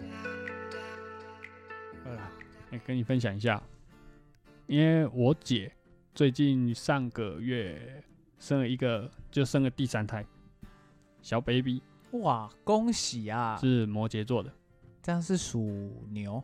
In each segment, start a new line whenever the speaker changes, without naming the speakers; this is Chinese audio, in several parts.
嗯哎跟你分享一下，因为我姐最近上个月生了一个，就生了第三胎小 baby，
哇，恭喜啊！
是摩羯座的，
这样是属牛，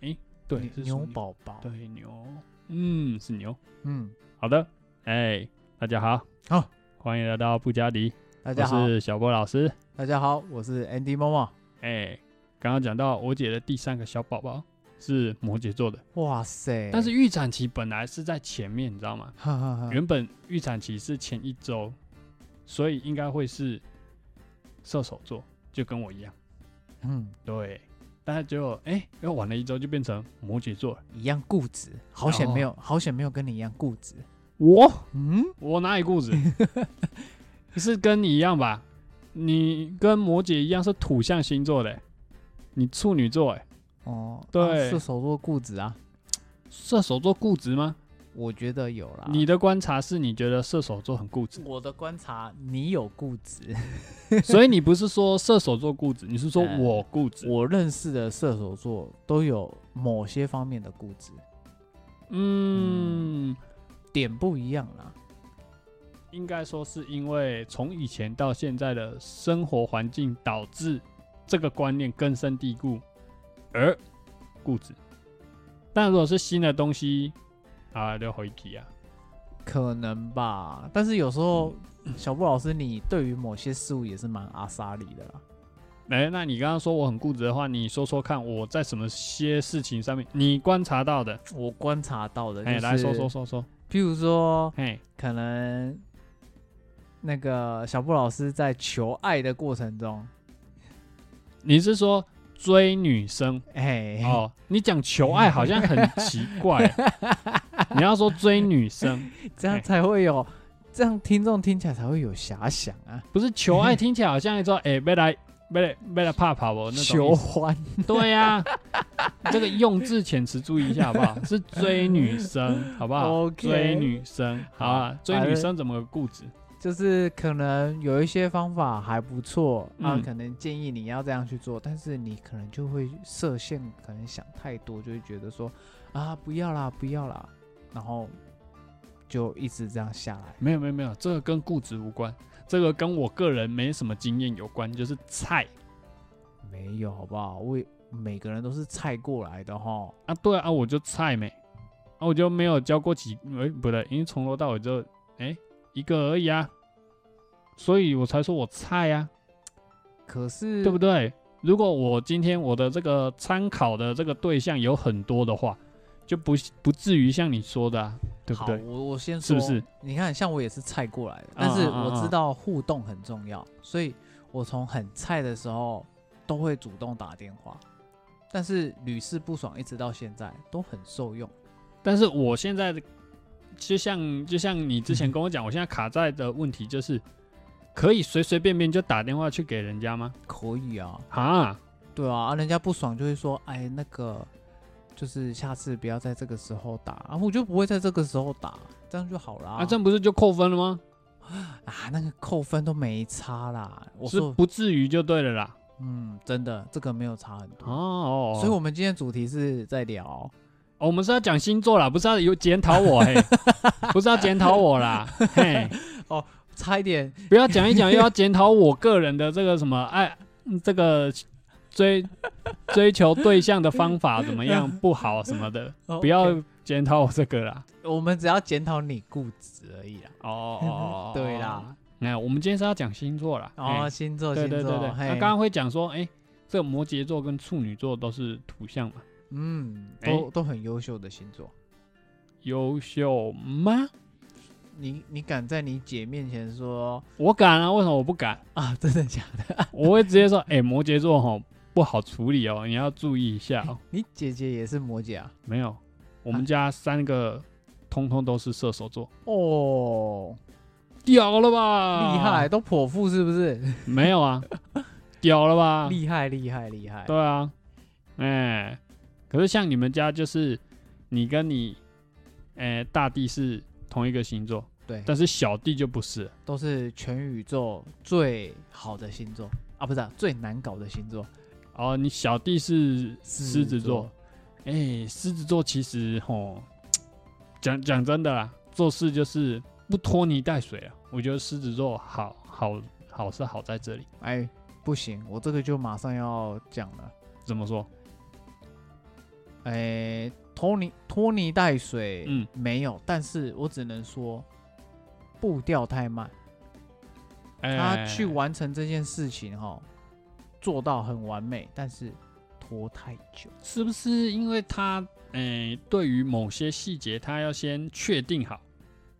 对，
牛
是属
牛，宝宝。
对牛，嗯，是牛。
嗯，
好的，哎，大家好，
好，
欢迎来到布加迪，大
大家好
我，是小波老师。
大家好，我是 Andy 默默。
哎，刚刚讲到我姐的第三个小宝宝是摩羯座的，
哇塞！
但是，预产期本来是在前面，你知道吗？
哈哈哈，
原本预产期是前一周，所以应该会是射手座，就跟我一样。
嗯，
对，但是结果哎、又晚了一周就变成摩羯座了。
一样固执，好险
哦
没有，好险没有跟你一样固执。
我
嗯，
我哪里固 执？是跟你一样吧？你跟摩羯一样是土象星座的、你处女座哎、
哦，啊
对
射手座固执啊，
射手座固执吗？
我觉得有啦。
你的观察是你觉得射手座很固执，
我的观察，你有固执。
所以你不是说射手座固执，你 是说
呃
哎我固执。
我认识的射手座都有某些方面的固执，
嗯，
点不一样啦。
应该说是因为从以前到现在的生活环境导致这个观念根深蒂固而固执。但如果是新的东西啊，就回去啊，
可能吧，但是有时候、
嗯
小布老师，你对于某些事物也是蛮阿莎里的啦。
哎、那你刚刚说我很固执的话，你说说看，我在什么些事情上面你观察到的？
我观察到的、就
嗯哎、
是，
来说说，说说，
譬如说，
嘿，
可能那个小布老师在求爱的过程中，
你是说追女生
哎、
哦？你讲求爱好像很奇怪，啊 你要说追女生，
这样
哎
才会有，这样听众听起来才会有遐想啊，
不是求爱，听起来好像说哎，别、来别来别来怕怕哦我那种
求
意思。
欢，
对呀、 这个用字遣词注意一下好不好？是追女生好不好
哦 OK
追女生好啊
好，
追
反
女
正
生怎么个固执？
就是可能有一些方法还不错，啊，
嗯
可能建议你要这样去做，但是你可能就会设限，可能想太多，就会觉得说啊，不要啦，不要啦，然后就一直这样下来。
没有没有没有，这个跟固执无关，这个跟我个人没什么经验有关，就是菜
没有，好不好？我也每个人都是菜过来的哈。
啊，对啊，我就菜没，啊我就没有交过几，哎、不对，因为从头到尾就哎、一个而已啊，所以我才说我菜啊，
可是，
对不对？如果我今天我的这个参考的这个对象有很多的话，就不不至于像你说的、啊，对不
好，
对？
我我先
是
说，
不是？
你看，像我也是菜过来的，但是
啊啊
我
啊
知道互动很重要，所以我从很菜的时候都会主动打电话，但是屡试不爽，一直到现在都很受用。
但是我现在的就像就像你之
嗯
前跟我讲，我现在卡在的问题就是，可以随随便便就打电话去给人家吗？
可以啊，
啊，
对啊，啊人家不爽就会说，哎，那个就是下次不要在这个时候打，啊，我就不会在这个时候打，这样就好了
啊，这样不是就扣分了吗？
啊，那个扣分都没差啦。我
是
说，
不至于就对了啦。
嗯，真的，这个没有差很多。
哦，
所以，我们今天主题是在聊
哦我们是要讲星座啦，不是要有检讨我 嘿，不是要检讨我啦，嘿，
差一点
不要讲一讲又要检讨我个人的这个什么爱，嗯这个追追求对象的方法怎么 样不好什么的，
哦
不要检讨我这个 啦。
我们只要检讨你固执而已啦。，
哦哦哦
对啦。
哎，我们今天是要讲星座啦。
哦，
哎，
星座，
对
星
对对
座，
对。
嘿
那刚刚会讲说，哎，这个摩羯座跟处女座都是土象嘛，
嗯，
哎
都都很优秀的星座。
优秀吗？
你你敢在你姐面前说
我敢啊，为什么我不敢？
啊？真的假的？
我会直接说，哎，摩羯座吼不好处理哦，你要注意一下哦。
你姐姐也是摩羯啊？
没有，我们家三个通通都是射手座。
哦，
屌了
厉
吧？
害，！都泼妇是不是？
没有 啊，屌了吧？
厉害，厉害，厉害。
对啊，哎、可是像你们家就是你跟你，哎、大弟是同一个星座，
对，
但是小弟就不是。
都是全宇宙最好的星座啊，不是啊、最难搞的星座。
哦，你小弟是
狮
狮
子
子
座
座，哎、狮子座其实吼，讲讲真的啦，做事就是不拖泥带水啊。我觉得狮子座好好好是好在这里，
哎，不行，我这个就马上要讲了。
怎么说？
哎，拖泥拖泥带水，
嗯，
没有，但是我只能说步调太慢，他
哎
去完成这件事情哈，做到很完美，但是拖太久。
是不是因为他诶、对于某些细节他要先确定好，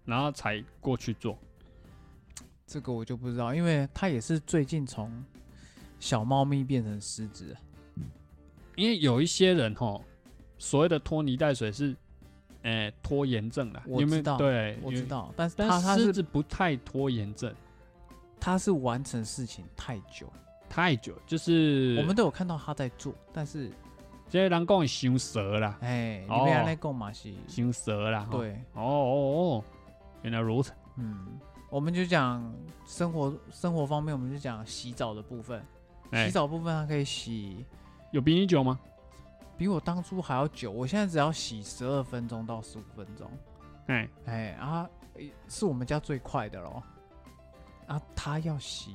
然后才过去做？
这个我就不知道，因为他也是最近从小猫咪变成狮子了，
因为有一些人吼，所谓的拖泥带水是诶、拖延症啦，
我
有没有
知道
对，
我
有
知。道，但是他他
但狮子
是
不太拖延症，
他是完成事情太久，
太久就是
我们都有看到他在做，但是
这些人讲的伤蛇啦，
哎，你
哦
被他在购马西，
伤蛇啦。吼，
对，
哦哦哦，原来如此。
嗯，我们就讲生活生活方面，我们就讲洗澡的部分，
哎
洗，澡部分它可以洗
有比你久吗？
比我当初还要久，我现在只要洗十二分钟到十五分钟，
哎，
哎啊，诶是我们家最快的咯。啊，他要洗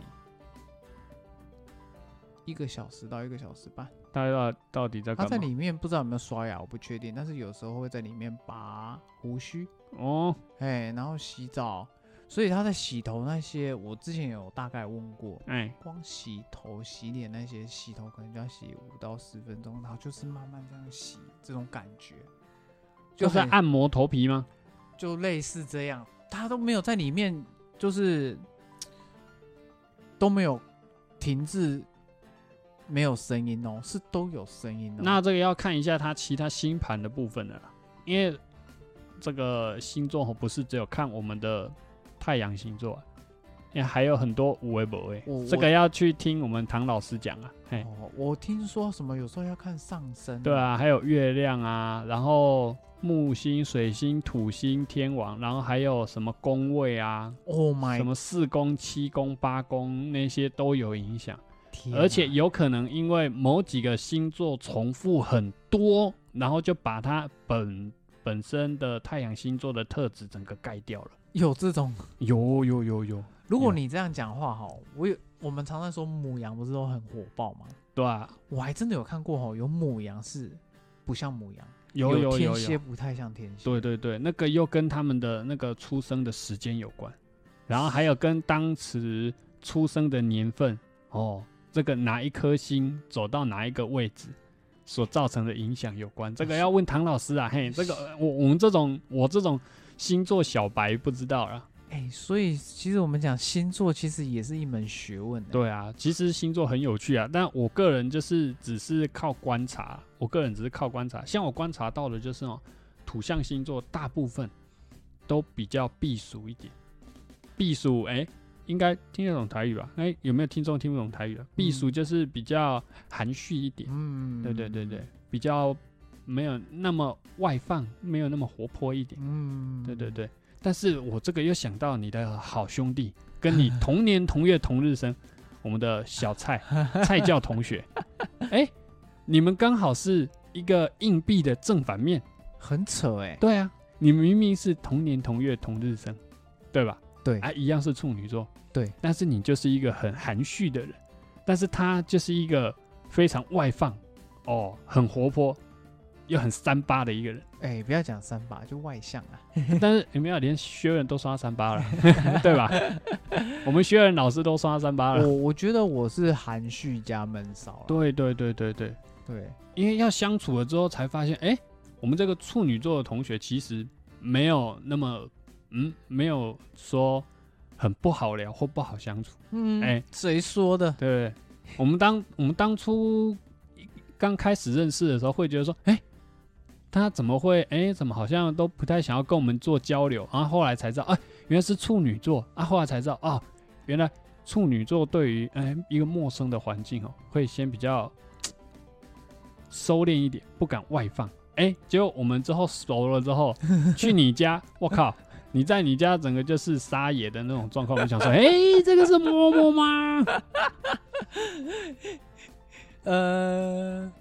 一个小时到一个小时半，
大家到到底在
他
干
在
嘛？
里面不知道有没有刷牙，我不确定，但是有时候会在里面拔胡须，
哦，
哎，然后洗澡，所以他在洗头那些，我之前有大概问过，
哎，
光洗头、洗脸那些，洗头可能就要洗五到十分钟，然后就是慢慢这样洗，这种感觉
就
就是很
按摩头皮吗？
就类似这样，他都没有在里面，就是都没有停滞，没有声音哦，是都有声音哦。
那这个要看一下它其他星盘的部分了啦，因为这个星座哦不是只有看我们的太阳星座、啊，因为还有很多五维博位
哦我，
这个要去听我们唐老师讲啊。嘿，
哦，我听说什么有时候要看上升，
对，啊，还有月亮啊，然后木星、水星、土星、天王，然后还有什么宫位啊，
，Oh my，
什么四宫、七宫、八宫那些都有影响。
天啊
而且有可能因为某几个星座重复很多，然后就把它本本身的太阳星座的特质整个盖掉了。
有这种，
有有有有，
如果
有
你这样讲话哈，我有我们常常说母羊不是都很火爆吗？
对啊，
我还真的有看过哦，有母羊是不像母羊，
有有
天
有
蝎
有，
不太像天蝎，
对对对，那个又跟他们的那个出生的时间有关，然后还有跟当时出生的年份哦，这个哪一颗星走到哪一个位置。所造成的影响有关，这个要问唐老师啊，嘿，这个呃我我们这种我这种星座小白不知道啦。啊
哎、所以其实我们讲星座，其实也是一门学问、欸。，
对啊，其实星座很有趣啊，但我个人就是只是靠观察，我个人只是靠观察。像我观察到的就是哦，土象星座大部分都比较避暑一点。避暑，哎、应该听得懂台语吧？哎、有没有听众听不懂台语啊？避暑就是比较含蓄一点，
嗯
对对对对，，比较没有那么外放，没有那么活泼一点。
嗯
对对，对，但是我这个又想到你的好兄弟，跟你同年同月同日生，我们的小蔡蔡教同学，哎、你们刚好是一个硬币的正反面，
很扯哎、
对啊，你们明明是同年同月同日生，对吧？
对
啊，一样是处女座，
对，
但是你就是一个很含蓄的人，但是他就是一个非常外放，哦，很活泼，又很三八的一个人。
哎、不要讲三八，就外向啊。
但是有没有连学人都刷三八了， 对吧？我们学人老师都刷三八
我
了。
我觉得我是含蓄加闷骚啦
对对对对对，
对，
因为要相处了之后才发现，哎、我们这个处女座的同学其实没有那么，嗯，没有说很不好聊或不好相处，
嗯，哎、
哎
谁说的？
对不对？我们当我们当初刚开始认识的时候，会觉得说，哎、他怎么会，哎、怎么好像都不太想要跟我们做交流？然后后来才知道，哎、原来是处女座啊！后来才知道，哦，原来处女座对于哎、一个陌生的环境哦，会先比较嘖收敛一点，不敢外放。哎、结果我们之后熟了之后，去你家，我靠！你在你家整个就是撒野的那种状况，我就想说，哎、这个是摸摸吗？
呃，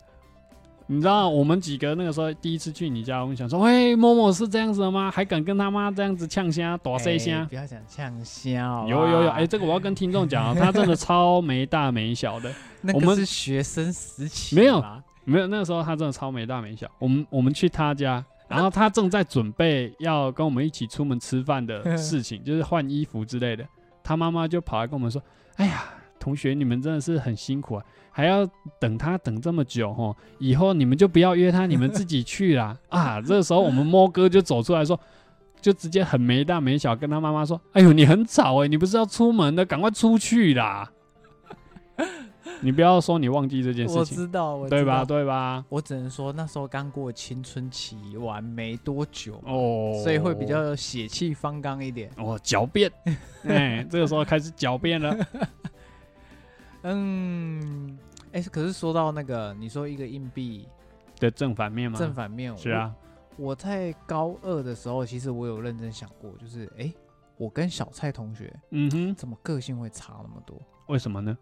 你知道我们几个那个时候第一次去你家，我们想说，喂，某某是这样子的吗？还敢跟他妈这样子呛虾、打
哎
谁虾？
不要讲呛虾好不
啊有有有，
好
哎、这个我要跟听众讲 啊，他真的超没大没小的，
那
我
个
们
是学生时期
没有
啦
没有，那个时候他真的超没大没小。我们我们去他家，然后他正在准备要跟我们一起出门吃饭的事情，就是换衣服之类的。他妈妈就跑来跟我们说：“哎呀，同学，你们真的是很辛苦啊，还要等他等这么久哦，以后你们就不要约他，你们自己去啦。” 啊，这个时候我们摸哥就走出来说。就直接很没大没小跟他妈妈说：“哎呦，你很吵哎、你不是要出门的，赶快出去啦！你不要说你忘记这件事
我
情。”
知道，我
对
知
吧？
道？
对吧？
我只能说那时候刚过青春期完没多久，
哦，
所以会比较血气方刚一点。
哦狡 辩，哎、这个时候开始狡辩了。
嗯，哎、可是说到那个，你说一个硬币
的正反面吗？
正反面，
嗯是啊，
我。我在高二的时候，其实我有认真想过，就是哎、我跟小蔡同学
嗯哼，
怎么个性会差那么多？
为什么呢？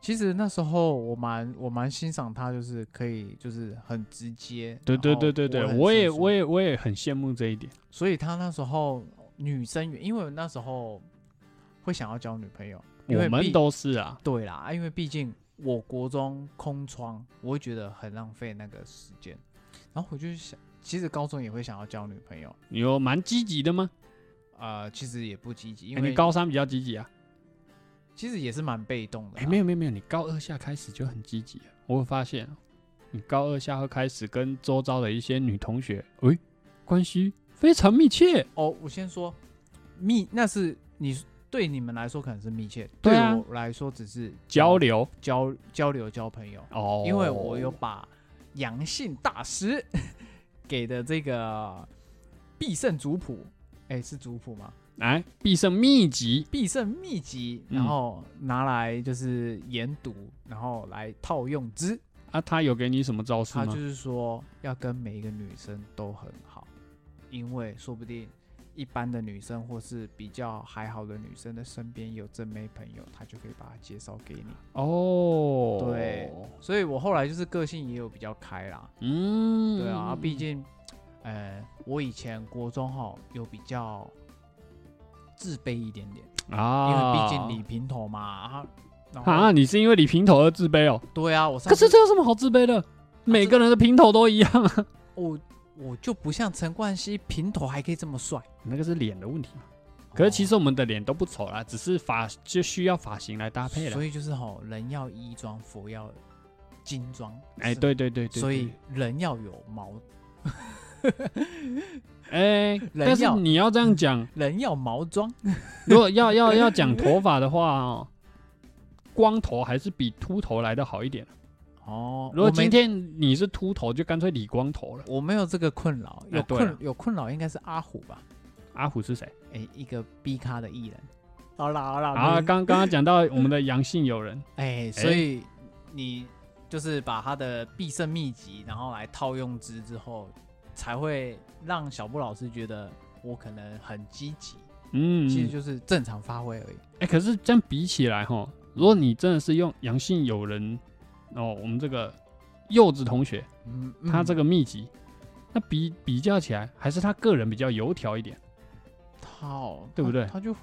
其实那时候我蛮我蛮欣赏他，就是可以就是很直接。
对对
然后
对对对，
哦很
我也
直率
我也我也很羡慕这一点。
所以他那时候女生，因为我那时候会想要交女朋友，因为
我们
毕
都是啊，
对啦，啊因为毕竟我国中空窗，我会觉得很浪费那个时间。然后我就想，其实高中也会想要交女朋友，
你有蛮积极的吗？
呃，其实也不积极，因
哎
为、
你高三比较积极啊？
其实也是蛮被动的
哎、
啦。
没有没有没有，你高二下开始就很积极了。我会发现哦，你高二下会开始跟周遭的一些女同学，喂、关系非常密切。
哦，我先说密，那是你对你们来说可能是密切，
对啊
我来说只是
交流
交交流交朋友。
哦，
因为我有把阳性大师 给的这个必胜族谱，哎、是族谱吗？
哎必胜秘籍，
必胜秘籍，
嗯
然后拿来就是研读，然后来套用之。
啊，他有给你什么招式
他就
吗？
是说要跟每一个女生都很好，因为说不定一般的女生或是比较还好的女生的身边有正妹朋友，他就可以把她介绍给你。
哦，
对所以我后来就是个性也有比较开啦，
嗯，
对啊，毕竟，呃，我以前国中哈有比较自卑一点点，因为
啊，
毕竟理平头嘛，啊，然后
啊，你是因为理平头而自卑哦？
对啊，我上
可是
次
这有什么好自卑的？
啊
每个人的平头都一样啊，
我我就不像陈冠希平头还可以这么帅，
那个是脸的问题嘛。
哦
可是其
实
实我们的脸都不丑啦，只是发就需要发型来搭配了
所。以就是吼，人要衣装，佛要金装，
哎，
是，
对对对对，
所以
对
人要有毛，
哎，
人
但是
要
你要这样讲，
人要毛装，
如果要 要要讲头发的话哦，光头还是比秃头来的好一点。
哦，
如果
我没
今天你是秃头，就干脆理光头了。
我没有这个困扰，有
哎对
困、
啊
有困扰应该是阿虎吧。
阿虎是谁？
哎、一个 B 咖的艺人。好啦好啦
啊，
你
刚刚刚讲到我们的阳性友 人，
哎、所以你就是把他的必胜秘籍，然后来套用之之后，才会让小布老师觉得我可能很积极，
嗯，
其实就是正常发挥而已。
哎、可是这样比起来哈，如果你真的是用阳性友人哦，我们这个柚子同学
嗯，
他这
个
个秘籍，那比比较起来，还是他个人比较油条一点。
他哦，
对不对
他他就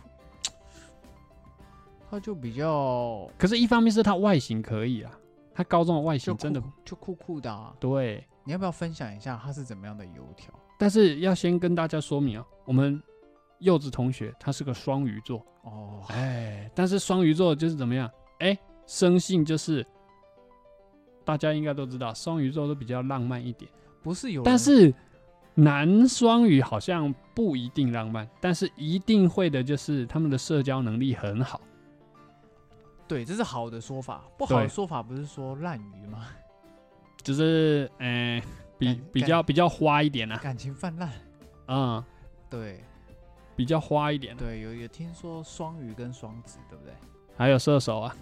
他就比较
可是，一方面是他外形可以啊，他高中的外
就
形真的
酷就酷酷的、啊。
对，
你要不要分享一下他是怎么样的油条？
但是要先跟大家说明啊，我们柚子同学他是个双鱼座，
哦，
哎，但是双鱼座就是怎么样？哎，生性就是大家应该都知道，双鱼座都比较浪漫一点。
不是有人，
但是男双鱼好像不一定浪漫，但是一定会的就是他们的社交能力很好。
对，这是好的说法，不好的
对
说法不是说烂鱼吗？
就是，嗯、比
感
比较比较花一点啊，
感情泛滥。
嗯，
对
比较花一点、啊。
对，有有听说双鱼跟双子，对不对？
还有射手啊，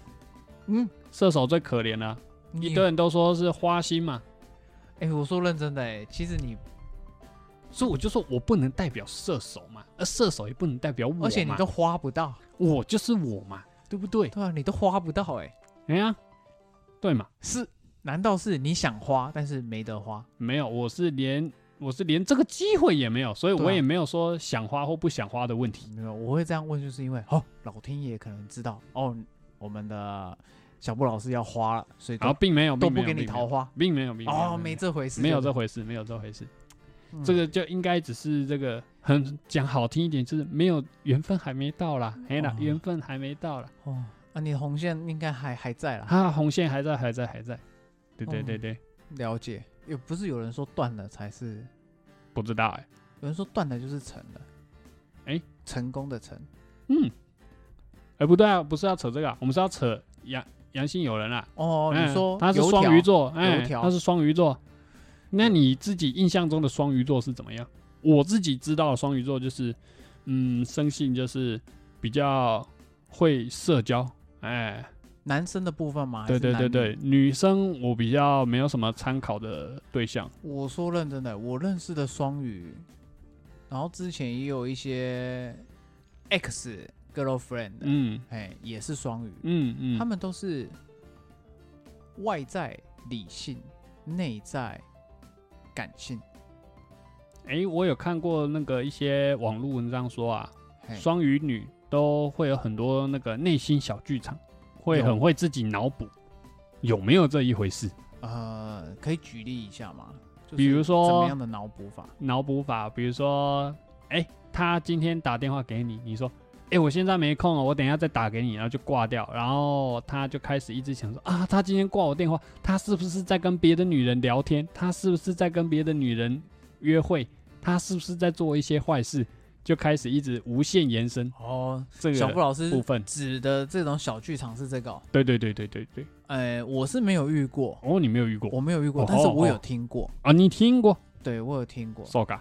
嗯，
射手最可怜了、啊一
你
堆人都说是花心嘛，
哎、我说认真的哎、其实你，
所以我就说我不能代表射手嘛，而射手也不能代表我嘛，
而且你都花不到，
我就是我嘛，对不对？
对啊，你都花不到哎、
哎呀、对嘛，
是难道是你想花，但是没得花？
没有，我是连我是连这个机会也没有，所以
对啊
我也没有说想花或不想花的问题。
没有，我会这样问，就是因为哦，老天爷可能知道哦，我们的小布老师要花了，所以
然
都
后并没有，
都
并没
不
有
给你桃，花。
并没有，并没有，并
哦，
没
没
有
这回事，
没有这
对
回事，没有这回事。
不对，
这
嗯
个就应该只是这个很讲好听一点，就是没有缘分还没到啦，嘿啦
哦，
缘分还没到啦，
哦，啊，你的红线应该还还在啦。
啊，红线还在，还在，还在。对对
哦
对对，
了解，也不是有人说断了才是，
不知道哎，
有人说断了就是成了，
哎
成功的成，
嗯，哎不对啊，不是要扯这个啊，我们是要扯杨杨性友人啊。
哦，
哎
你说
他是
油
双
条
鱼座，
油
哎，
条
他是双鱼座。那你自己印象中的双鱼座是怎么样？我自己知道的双鱼座就是，嗯，生性就是比较会社交，哎，
男生的部分吗？还
对
啊
对
是男
对
女
对，，女生我比较没有什么参考的对象，
我说认真的，我认识的双鱼，然后之前也有一些 X girlfriend，的
嗯
哎、也是双鱼，
嗯嗯，
他们都是外在理性，内在感性，
哎、我有看过那个一些网络文章说啊，
嘿
双鱼女都会有很多那个内心小剧场，会
有
很会自己脑补，有没有这一回事？
呃，可以举例一下吗？就是
比如说
怎么样的脑补法？
脑补法，比如说，哎、他今天打电话给你，你说，哎、我现在没空了，我等一下再打给你，然后就挂掉，然后他就开始一直想说，啊，他今天挂我电话，他是不是在跟别的女人聊天？他是不是在跟别的女人约会？他是不是在做一些坏事？就开始一直无限延伸
哦，
这
小布
个
老
部
师
分。
指的这种小剧场是这个、哦，
对对对对对对。
呃，我是没有遇过，
哦，你没有遇过
我没有遇过，
哦
但是我
哦
有听过，
啊？你听过
对我有听过。
？Soga？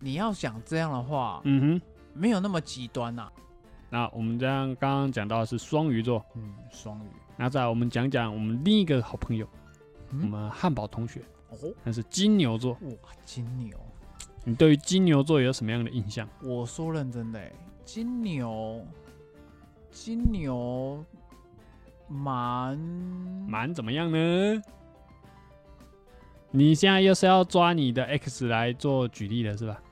你要想这样的话，
嗯哼。
没有那么极端呐、
那我们这样刚刚讲到的是双鱼座，
嗯，双鱼。
那再来我们讲讲我们另一个好朋友，
嗯
我们汉堡同学，
哦，
他是金牛座。
哇，金牛，
你对于金牛座有什么样的印象？
我说认真的欸，金牛，金牛蛮
蛮怎么样呢？你现在又是要抓你的 X 来做举例了是吧？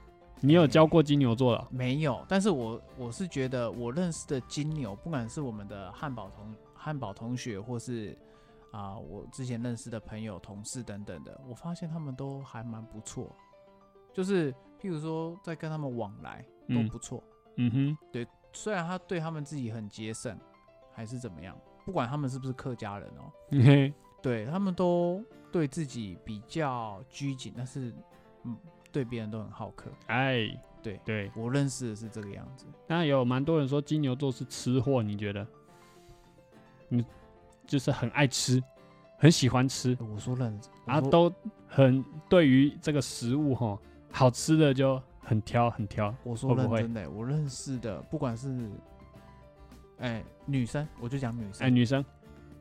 你有教过金牛座了？
没有，但是我我是觉得我认识的金牛，不管是我们的汉堡同汉堡同学，或是啊、我之前认识的朋友、同事等等的，我发现他们都还蛮不错，就是譬如说在跟他们往来都
嗯
不错，
嗯哼，
虽然他对他们自己很节省，还是怎么样，不管他们是不是客家人哦，
嘿嘿，
对他们都对自己比较拘谨，但是嗯，对别人都很好客。
哎，
对
对，
我认识的是这个样子，
那有蛮多人说金牛座是吃货，你觉得？你就是很爱吃，很喜欢吃，
我说认识
然后都很对于这个食物哈，好吃的就很挑很挑。
我说
会
认
不会
真的欸、我认识的不管是哎、女生，我就讲女生，
哎，女生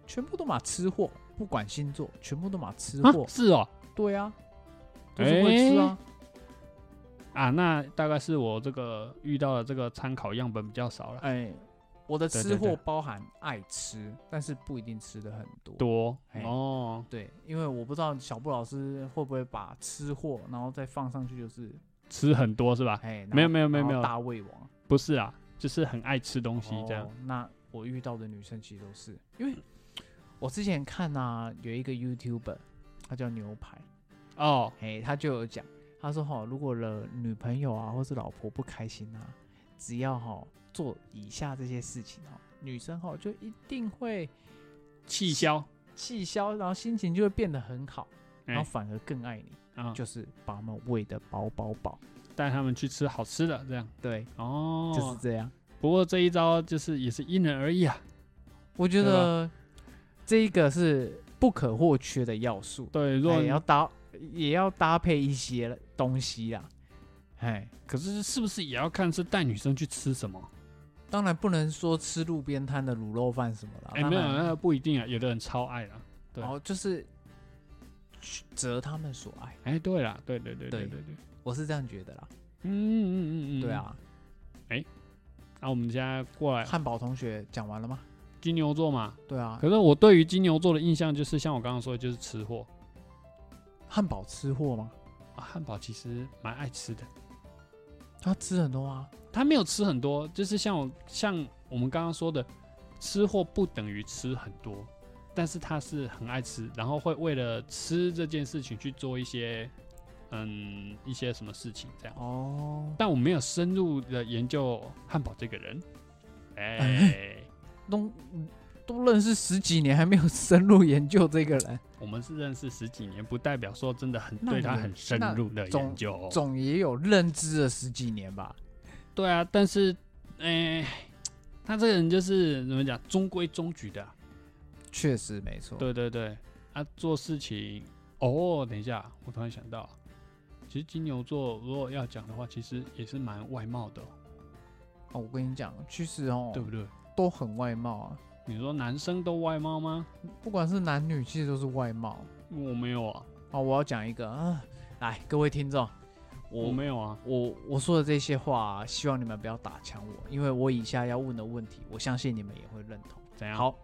全部都嘛吃货，不管星座，全部都嘛吃
啊
货，，
是哦
对啊，就是会吃啊，
啊，那大概是我这个遇到的这个参考样本比较少了，
哎、我的
对
吃
对
货
对
包含爱吃，但是不一定吃的很多。
多
哎
哦，
对，因为我不知道小布老师会不会把吃货，然后再放上去就是，
吃很多是吧？
哎，然后
没有没有没有
然后
没有
大胃王
不是啊，就是很爱吃东西这样
哦。那我遇到的女生其实都是，因为我之前看啊，有一个 YouTuber，他叫牛排，
哦，
哎，他就有讲，他说哈、如果了女朋友啊或是老婆不开心啊，只要哈、做以下这些事情哦，女生哈、就一定会
气消
气消，然后心情就会变得很好，然后
哎
反而更爱你，
啊，
就是把他们喂得饱饱饱。
带他们去吃好吃的这样
对，
哦，
就是这样。
不过这一招就是也是因人而异啊。
我觉
对吧
得这一个是不可或缺的要素，
对，如
哎
果
也
你
要搭也要搭配一些东西啦。哎，
可是是不是也要看是带女生去吃什么？
啊当然不能说吃路边摊的卤肉饭什么啦，
哎、
当
没有，
然
那不一定啊，有的人超爱啊。对
哦，就是择他们所爱，
哎、对啦，对对对对
对
对对，
我是这样觉得啦。
嗯嗯嗯嗯，
对。啊，
那、我们现在过来，
汉堡同学讲完了吗？
金牛座嘛，
对啊，
哎可是我对于金牛座的印象就是像我刚刚说的，就是吃货
汉堡吃货吗？
啊，汉堡其实蛮爱吃的。
他吃很多啊，
他没有吃很多，就是像我像我们刚刚说的，吃货不等于吃很多，但是他是很爱吃，然后会为了吃这件事情去做一些嗯一些什么事情这样。
哦，
但我没有深入的研究汉堡这个人，哎，
都都认识十几年，还没有深入研究这个人，
我们是认识十几年，不代表说真的很
那
对他
你
很深
那
入的
总
研究、哦。
总也有认知了十几年吧？
对啊，但是哎、他这个人就是怎么讲，中规中矩的啊、
确实没错，
对对对，啊，做事情哦，等一下，我突然想到，其实金牛座如果要讲的话，其实也是蛮外貌的哦、
哦，我跟你讲，其实哦，
对不对？
都很外貌啊，
你说男生都外貌吗？
不管是男女，其实都是外貌。
我没有啊，
哦，我要讲一个啊，来，各位听众，
我
我
没有啊，
我我说的这些话、希望你们不要打枪我，因为我以下要问的问题，我相信你们也会认同。
怎样？，
好，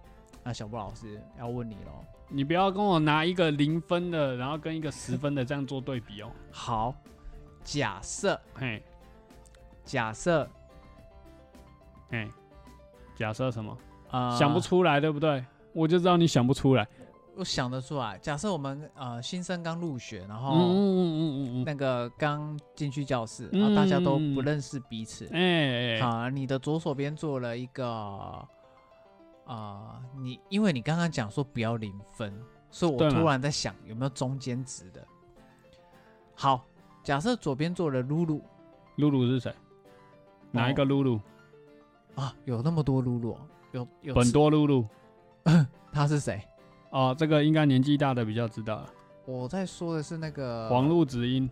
那小布老师要问你喽。
你不要跟我拿一个零分的，然后跟一个十分的这样做对比哦。
好，假设
嘿，
假设
嘿，假设什么？
呃，
想不，出来，对不对？我就知道你想不出来。
我想得出来。假设我们呃新生刚入学，然
嗯
后
嗯嗯嗯嗯嗯。
那个刚进去教室，然后大家都不
嗯
认识彼此，
哎哎、哎
啊，你的左手边做了一个啊、你因为你刚刚讲说不要零分，所以
对
我
嘛
突然在想有没有中间值的。好，假设左边做了露露
露露是谁？哪一个露露？
啊，有那么多露露哦，有有
本
吃
多露露。
他是谁？
哦，这个应该年纪大的比较知道了。
我在说的是那个
黄，路直音，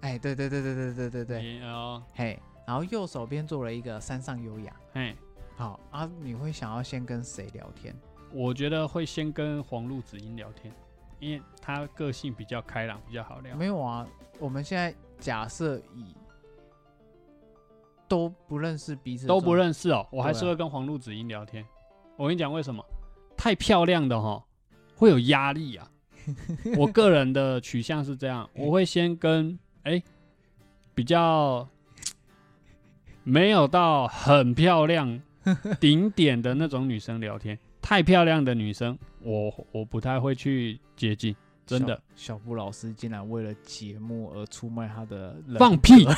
哎，对对对对对对对对，
你哦，
嘿，然后右手边做了一个山上优雅。
嘿，
好啊，你会想要先跟谁聊天？
我觉得会先跟黄路直音聊天，因为他个性比较开朗，比较好聊。
没有啊，我们现在假设以都不认识彼此，
都不，认识哦，我还
对啊
是会跟黄路直音聊天。我跟你讲为什么？太漂亮的哈，会有压力 啊。我个人的取向是这样，我会先跟哎、比较没有到很漂 亮顶点的那种女生聊天。太漂亮的女生，我我不太会去接近，真的
小。小布老师竟然为了节目而出卖他的人格
放 屁！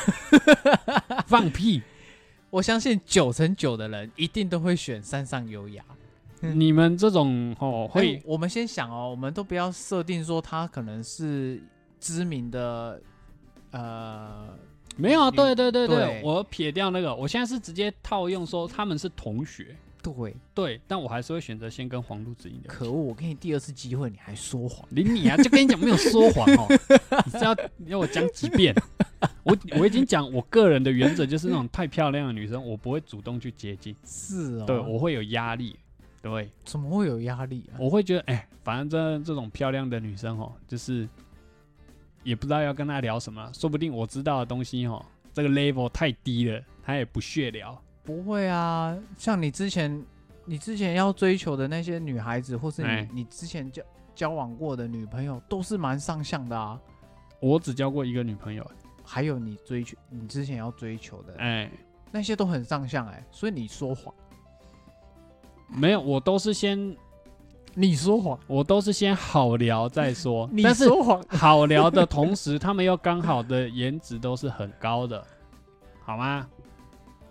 放屁！
我相信九成九的人一定都会选山上优雅。
你们这种哦会
哎我们先想哦，我们都不要设定说他可能是知名的，呃，
没有啊，
女
对对对对，
对
我撇掉那个，我现在是直接套用说他们是同学，
对，
对，但我还是会选择先跟黄路子英聊。
可恶，我给你第二次机会，你还说谎。
理你啊，就跟你讲没有说谎哦， 你是要要我讲几遍？我我已经讲我个人的原则就是那种太漂亮的女生，我不会主动去接近，
是哦，
对我会有压力，对
怎么会有压力啊？
我会觉得哎、反正这这种漂亮的女生哦，就是也不知道要跟她聊什么，说不定我知道的东西哦，这个 level 太低了，她也不屑聊。
不会啊，像你之前，你之前要追求的那些女孩子，或是你、
哎
你之前交交往过的女朋友，都是蛮上相的啊。
我只交过一个女朋友，
还有你追求，你之前要追求的、
哎，
那些都很上相哎、所以你说谎，
没有，我都是先，
你说谎，。
我都是先好聊再说
你
但是
说谎，
好聊的同时，他们又刚好的颜值都是很高的，好吗？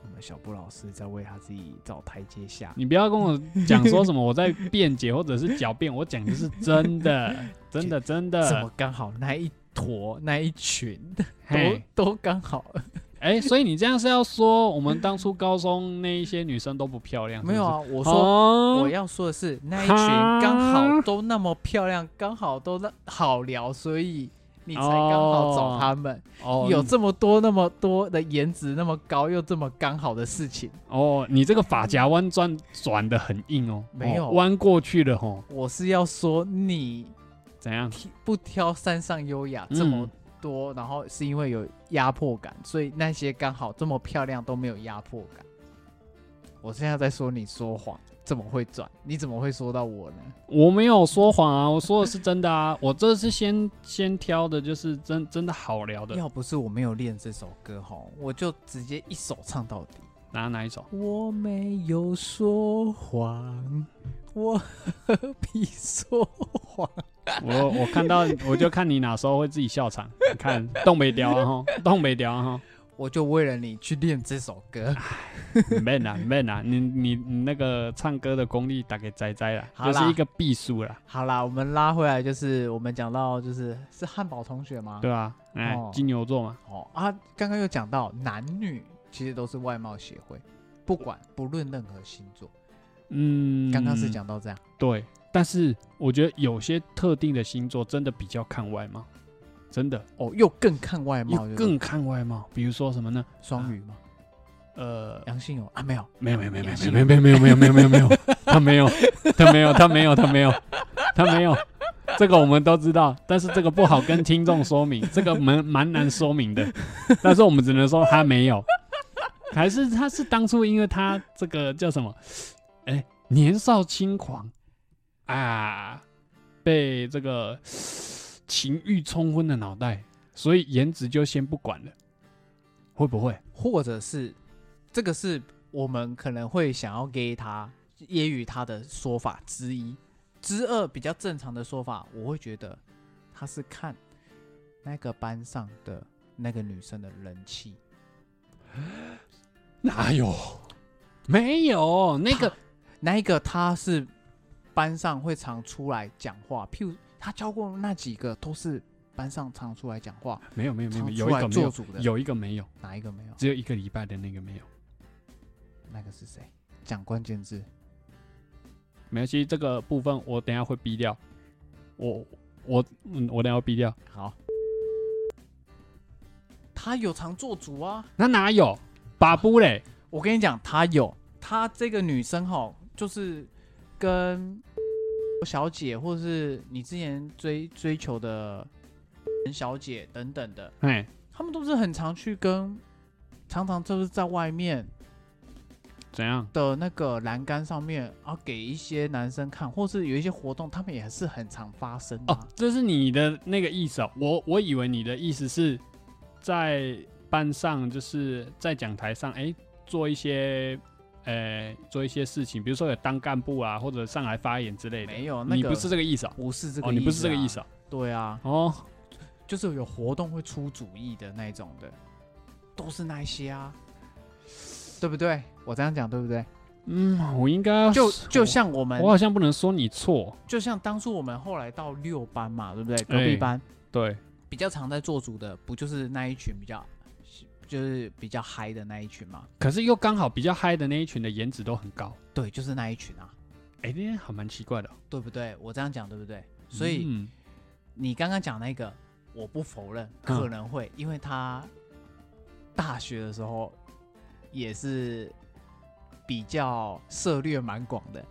我们小布老师在为他自己找台阶下。
你不要跟我讲说什么我在辩解或者是狡辩，我讲的是真 的，真的真
怎么
的。
刚好那一坨那一群
嘿，
都都刚好？
哎，所以你这样是要说我们当初高中那一些女生都不漂亮？是哦不
没有
是，
啊，我
我
说
嗯
我要说的是，那一群刚好都那么漂亮，刚好都那好聊，所以你才刚好找他们。
哦
有这么多那么多的颜值那么高又这么刚好的事情，
哦，你这个发夹弯转转的很硬哦，
没有
哦弯过去了哦吼，
我是要说你
怎样？
挑不挑山上优雅
嗯
这么多，然后是因为有压迫感，所以那些刚好这么漂亮都没有压迫感。我现在在说你说谎，怎么会转？你怎么会说到我呢？
我没有说谎啊，我说的是真的啊。我这次先先挑的就是真真的好聊的，
要不是我没有练这首歌吼，我就直接一首唱到底。
拿哪一首？
我没有说谎，我何必说谎？
我我看到我就看你哪时候会自己笑场。你看东北雕啊哈，东北雕啊哈。
我就为了你去练这首 歌。
man 啊 man 啊，你你你那个唱歌的功力打给仔仔啦，
好
就
啦
是一个必输啦，
好啦，我们拉回来，就是我们讲到就是是汉堡同学吗？
对吧、哎、
哦
金牛座嘛，
哦啊，刚刚又讲到男女其实都是外貌协会，不管不论任何星座，
嗯，
刚刚是讲到这样，
对，但是我觉得有些特定的星座真的比较看外貌，真的
哦，又更啊看外
又
貌，对不对
更看外貌，比如说什么呢？
双鱼吗？
呃，
阳性有啊？没有，
没有没有没有没有没有没有没有没有没有没有没有，他没有他没有他没有他没有他没有，这个我们都知道，但是这个不好跟听众说明，这个蛮蛮难说明的，但是我们只能说他没有，还是他是当初因为他这个叫什么，哎，年少轻狂啊，被这个情欲冲昏了脑袋，所以颜值就先不管了，会不会？
或者是这个是我们可能会想要给他揶揄他的说法之一，之二比较正常的说法，我会觉得他是看那个班上的那个女生的人气，
哪有？没有那个
那一个他是班上会常出来讲话，譬如他教过那几个都是班上常出来讲话，
没有没有没有
常
有
出
一
来
个没
做
有
主的，
有一个没有，
哪一个没有？
只有一个礼拜的那个没有。
那个是谁？讲关键字，
没关系，这个部分我等一下会逼掉。我我嗯，我等一下会逼掉。
好，他有常做主啊。
那哪有把布嘞？
我跟你讲，她有，她这个女生哈，就是跟小姐，或是你之前追追求的小姐等等的，
哎，
他们都是很常去跟，常常就是在外面
怎样？
的那个栏杆上面，然后给一些男生看，或是有一些活动，他们也是很常发生的啊、
哦，这是你的那个意思哦。我我以为你的意思是在班上，就是在讲台上，哎、做一些。呃，做一些事情，比如说有当干部啊，或者上来发言之类的。
没有那
你
个
不是这个意思哦。
不是这个、
哦，你不是这个意思、哦。
对啊，
哦，
就是有活动会出主意的那种的，都是那一些啊，对不对？我这样讲对不对？
嗯，我应该
就
说
就像我们
我，好像不能说你错，
就像当初我们后来到六班嘛，对不对？隔壁班、
对，
比较常在做主的，不就是那一群比较，就是比较嗨的那一群嘛？
可是又刚好比较嗨的那一群的颜值都很高，
对，就是那一群啊，
哎、那还蛮奇怪的哦、
对不对？我这样讲对不对？所以
嗯、
你刚刚讲那个，我不否认，
嗯
可能会，因为他大学的时候也是比较涉猎蛮广的，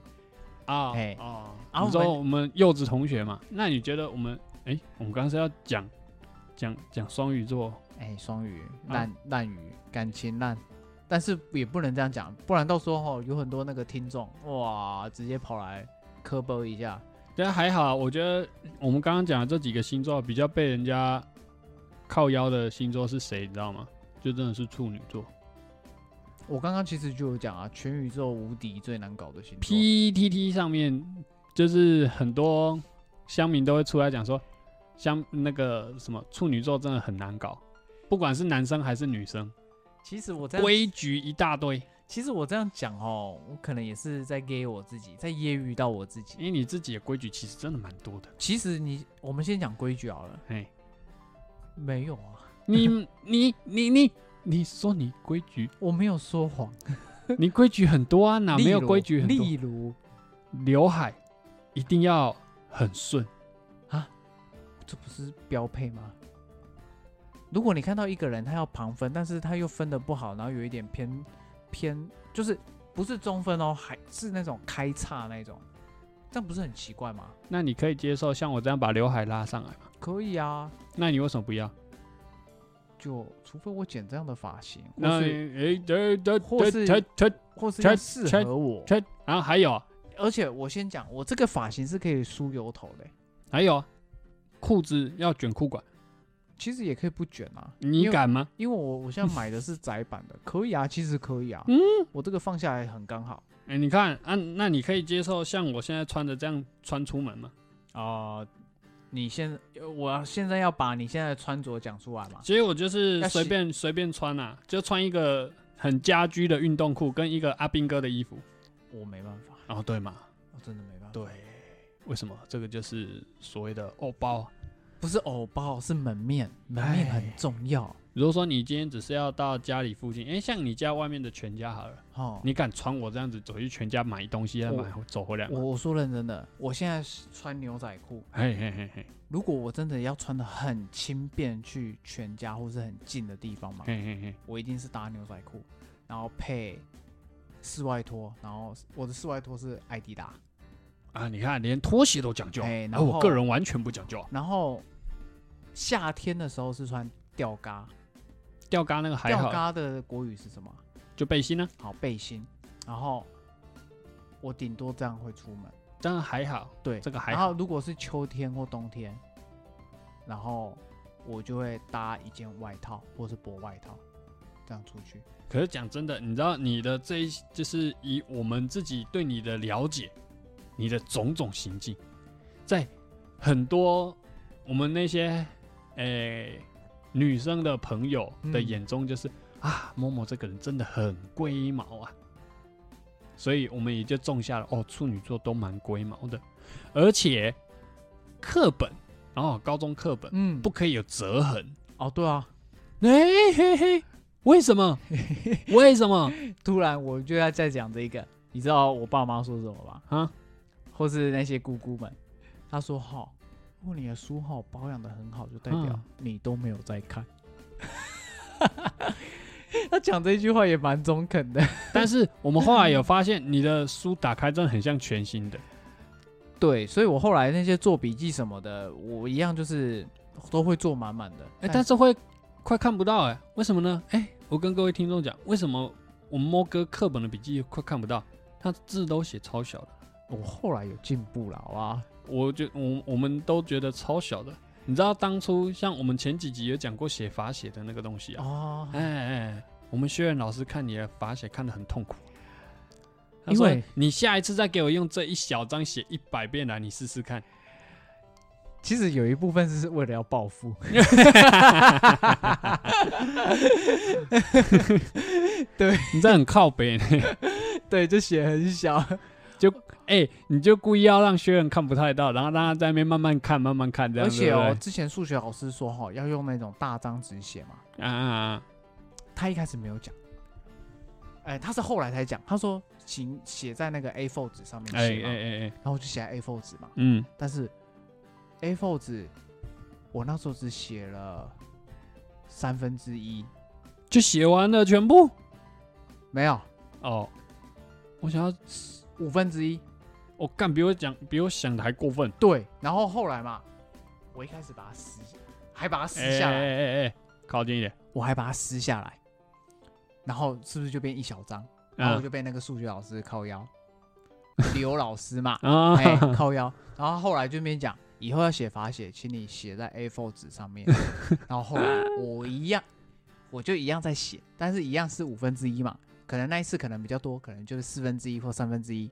啊
哎
哦，
啊
你说
我
我们柚子同学嘛，那你觉得我们哎、我们刚刚是要讲讲讲双鱼座，
哎，双鱼
啊
烂烂鱼，感情烂，但是也不能这样讲，不然到时候吼有很多那个听众哇，直接跑来磕巴一下。
但还好啊，我觉得我们刚刚讲的这几个星座比较被人家靠腰的星座是谁，你知道吗？就真的是处女座
我刚刚其实就有讲啊，全宇宙无敌最难搞的星座，
，PTT 上面就是很多乡民都会出来讲说，乡那个什么处女座真的很难搞，不管是男生还是女生，
其实我这样，
规矩一大堆。
其实我这样讲哦，我可能也是在给我自己，在揶揄到我自己。
因为你自己的规矩其实真的蛮多的，
其实你，我们先讲规矩好了，
哎，
没有啊，
你你你你你说你规矩，
我没有说谎，
你规矩很多啊，哪没有
例如
规矩很多
例？如
刘海一定要很顺，
这不是标配吗？如果你看到一个人他要旁分，但是他又分的不好，然后有一点偏偏，就是不是中分哦，还是那种开叉那种，这样不是很奇怪吗？
那你可以接受像我这样把刘海拉上来吗？
可以啊，
那你为什么不要？
就除非我剪这样的发型，
那
或是
诶，对对
或
对
是
对对
或是
切
要适
切
合我。
对，然后啊还有
而且我先讲，我这个发型是可以梳油头的欸、
还有啊裤子要卷裤管，
其实也可以不卷啊。
你
因为
敢吗？
因为我我现在买的是窄版的，可以啊，其实可以啊。
嗯，
我这个放下来很刚好
哎、你看啊，那你可以接受像我现在穿的这样穿出门吗？
啊、你现呃我现在要把你现在的穿着讲出来嘛？
其实我就是
要洗
随便随便穿啊，就穿一个很家居的运动裤跟一个阿兵哥的衣服。
我没办法，
哦，对嘛，
我真的没办法。
对，为什么？这个就是所谓的欧包。
不是偶包，是门面，门面很重要。
如果说你今天只是要到家里附近，哎、像你家外面的全家好了，
哦，
你敢穿我这样子走去全家买东西，再买走回来吗？
我我说认真的，我现在是穿牛仔裤，
嘿嘿嘿嘿
如果我真的要穿的很轻便去全家或是很近的地方嘛，
嘿嘿嘿，
我一定是搭牛仔裤，然后配室外拖，然后我的室外拖是艾迪达，
啊，你看连拖鞋都讲究，
哎
哎、
然后
我个人完全不讲究啊，
然后夏天的时候是穿吊嘎，
吊嘎那个还
吊
好，
嘎的国语是什么？
就背心呢、
好背心，然后我顶多这样会出门，
啊，当然还好，
对，
这个还
然
好。
后如果是秋天或冬天，然后我就会搭一件外套或是薄外套，这样出去。
可是讲真的，你知道你的这一就是以我们自己对你的了解，你的种种行径，在很多我们那些诶、女生的朋友的眼中，就是、啊，某某这个人真的很龟毛啊。所以我们也就种下了哦，处女座都蛮龟毛的，而且课本，然、后高中课本
嗯，
呃不可以有折痕。
哦，对啊，
哎、嘿嘿，为什么？为什么？
突然我就要再讲这个，你知道我爸妈说什么吗？
啊，
或是那些姑姑们，他说哦好，如果你的书好保养的很好，就代表
嗯
你都没有在看。 他讲这句话也蛮中肯的，
但是我们后来有发现，你的书打开真的很像全新的。
对，所以我后来那些做笔记什么的，我一样就是都会做满满的。
哎、但是会快看不到哎、为什么呢？哎、我跟各位听众讲，为什么我们摸哥课本的笔记快看不到？他字都写超小的，
我后来有进步了，好吧？
我就我我们都觉得超小的。你知道当初像我们前几集有讲过写法写的那个东西啊？
哦
哎哎、哎我们薛仁老师看你的法写看得很痛苦，他
因
说
为
你下一次再给我用这一小张写一百遍来，你试试看。
其实有一部分是为了要暴富，
你这很靠北呢。
对，就写很小。
哎、你就故意要让学员看不太到，然后让他在那边慢慢看，慢慢看这样。
而且
对
哦，
不
之前数学老师说哈、要用那种大张纸写嘛，
对啊啊啊，
他一开始没有讲，哎，他是后来才讲，他说请写在那个 A4 纸上面
哎
写哦
哎
嘛，
哎哎，
然后我就写在 A4 纸嘛，
嗯，
但是 A4 纸我那时候只写了三分之一，
就写完了全部
没有
哦。我想要，
五分之一，
我、干比我讲比我想的还过分。
对，然后后来嘛，我一开始把它撕，还把它撕
哎
下
哎
来，
哎哎，靠近一点。
我还把它撕下来，然后是不是就变一小张？然后我
啊
就被那个数学老师靠腰，刘老师嘛，
啊，
哎、 靠腰。然后后来就边讲，以后要写罚写，请你写在 A4 纸上 面。然后后来我一样，我就一样在写，但是一样是五分之一嘛，可能那一次可能比较多，可能就是四分之一或三分之一。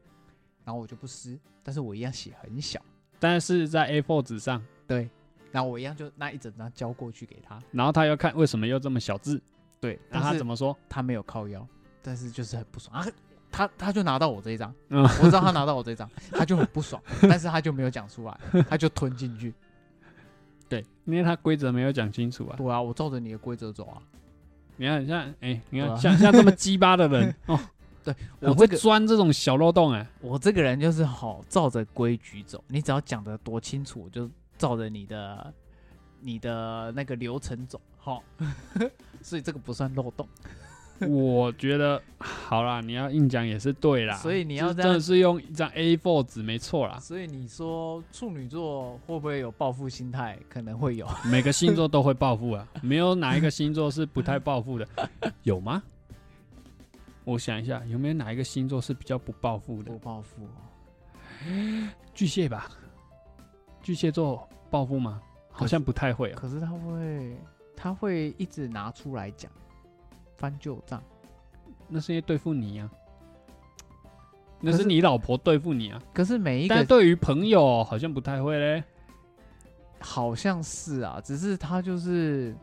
然后我就不撕，但是我一样写很小，
但是在 A4 纸上，
对。然后我一样就那一整张交过去给他，
然后他又看为什么又这么小字，
对，
那他
但是
怎么说？
他没有靠腰，但是就是很不爽啊。他他就拿到我这一张，
嗯
我知道他拿到我这一张，他就很不爽，但是他就没有讲出来，他就吞进去。
对，因为他规则没有讲清楚啊。
对啊，我照着你的规则走啊。
你看像哎、你看、
对啊
像 像这么鸡巴的 人哦，
对
我
我
会
这个
钻这种小漏洞哎、
我这个人就是好照着规矩走，你只要讲的多清楚，我就照着你的 你的那个流程走。好，所以这个不算漏洞。
我觉得好啦，你要硬讲也是对啦，
所以你要
就
这
真
样，
的是用一张 A4 纸没错 啦
所以你说处女座会不会有报复心态？可能会有。
每个星座都会报复啊，没有哪一个星座是不太报复 的，有吗？我想一下，有没有哪一个星座是比较不报复的
不？报复哦，
巨蟹吧，巨蟹座报复吗？好像不太会哦、
可是他会，他会一直拿出来讲，翻旧账。
那是因为对付你呀、那
可
是
是
你老婆对付你啊，
可是每一
但
个
对于朋友好像不太会嘞。
好像是啊，只是他就是，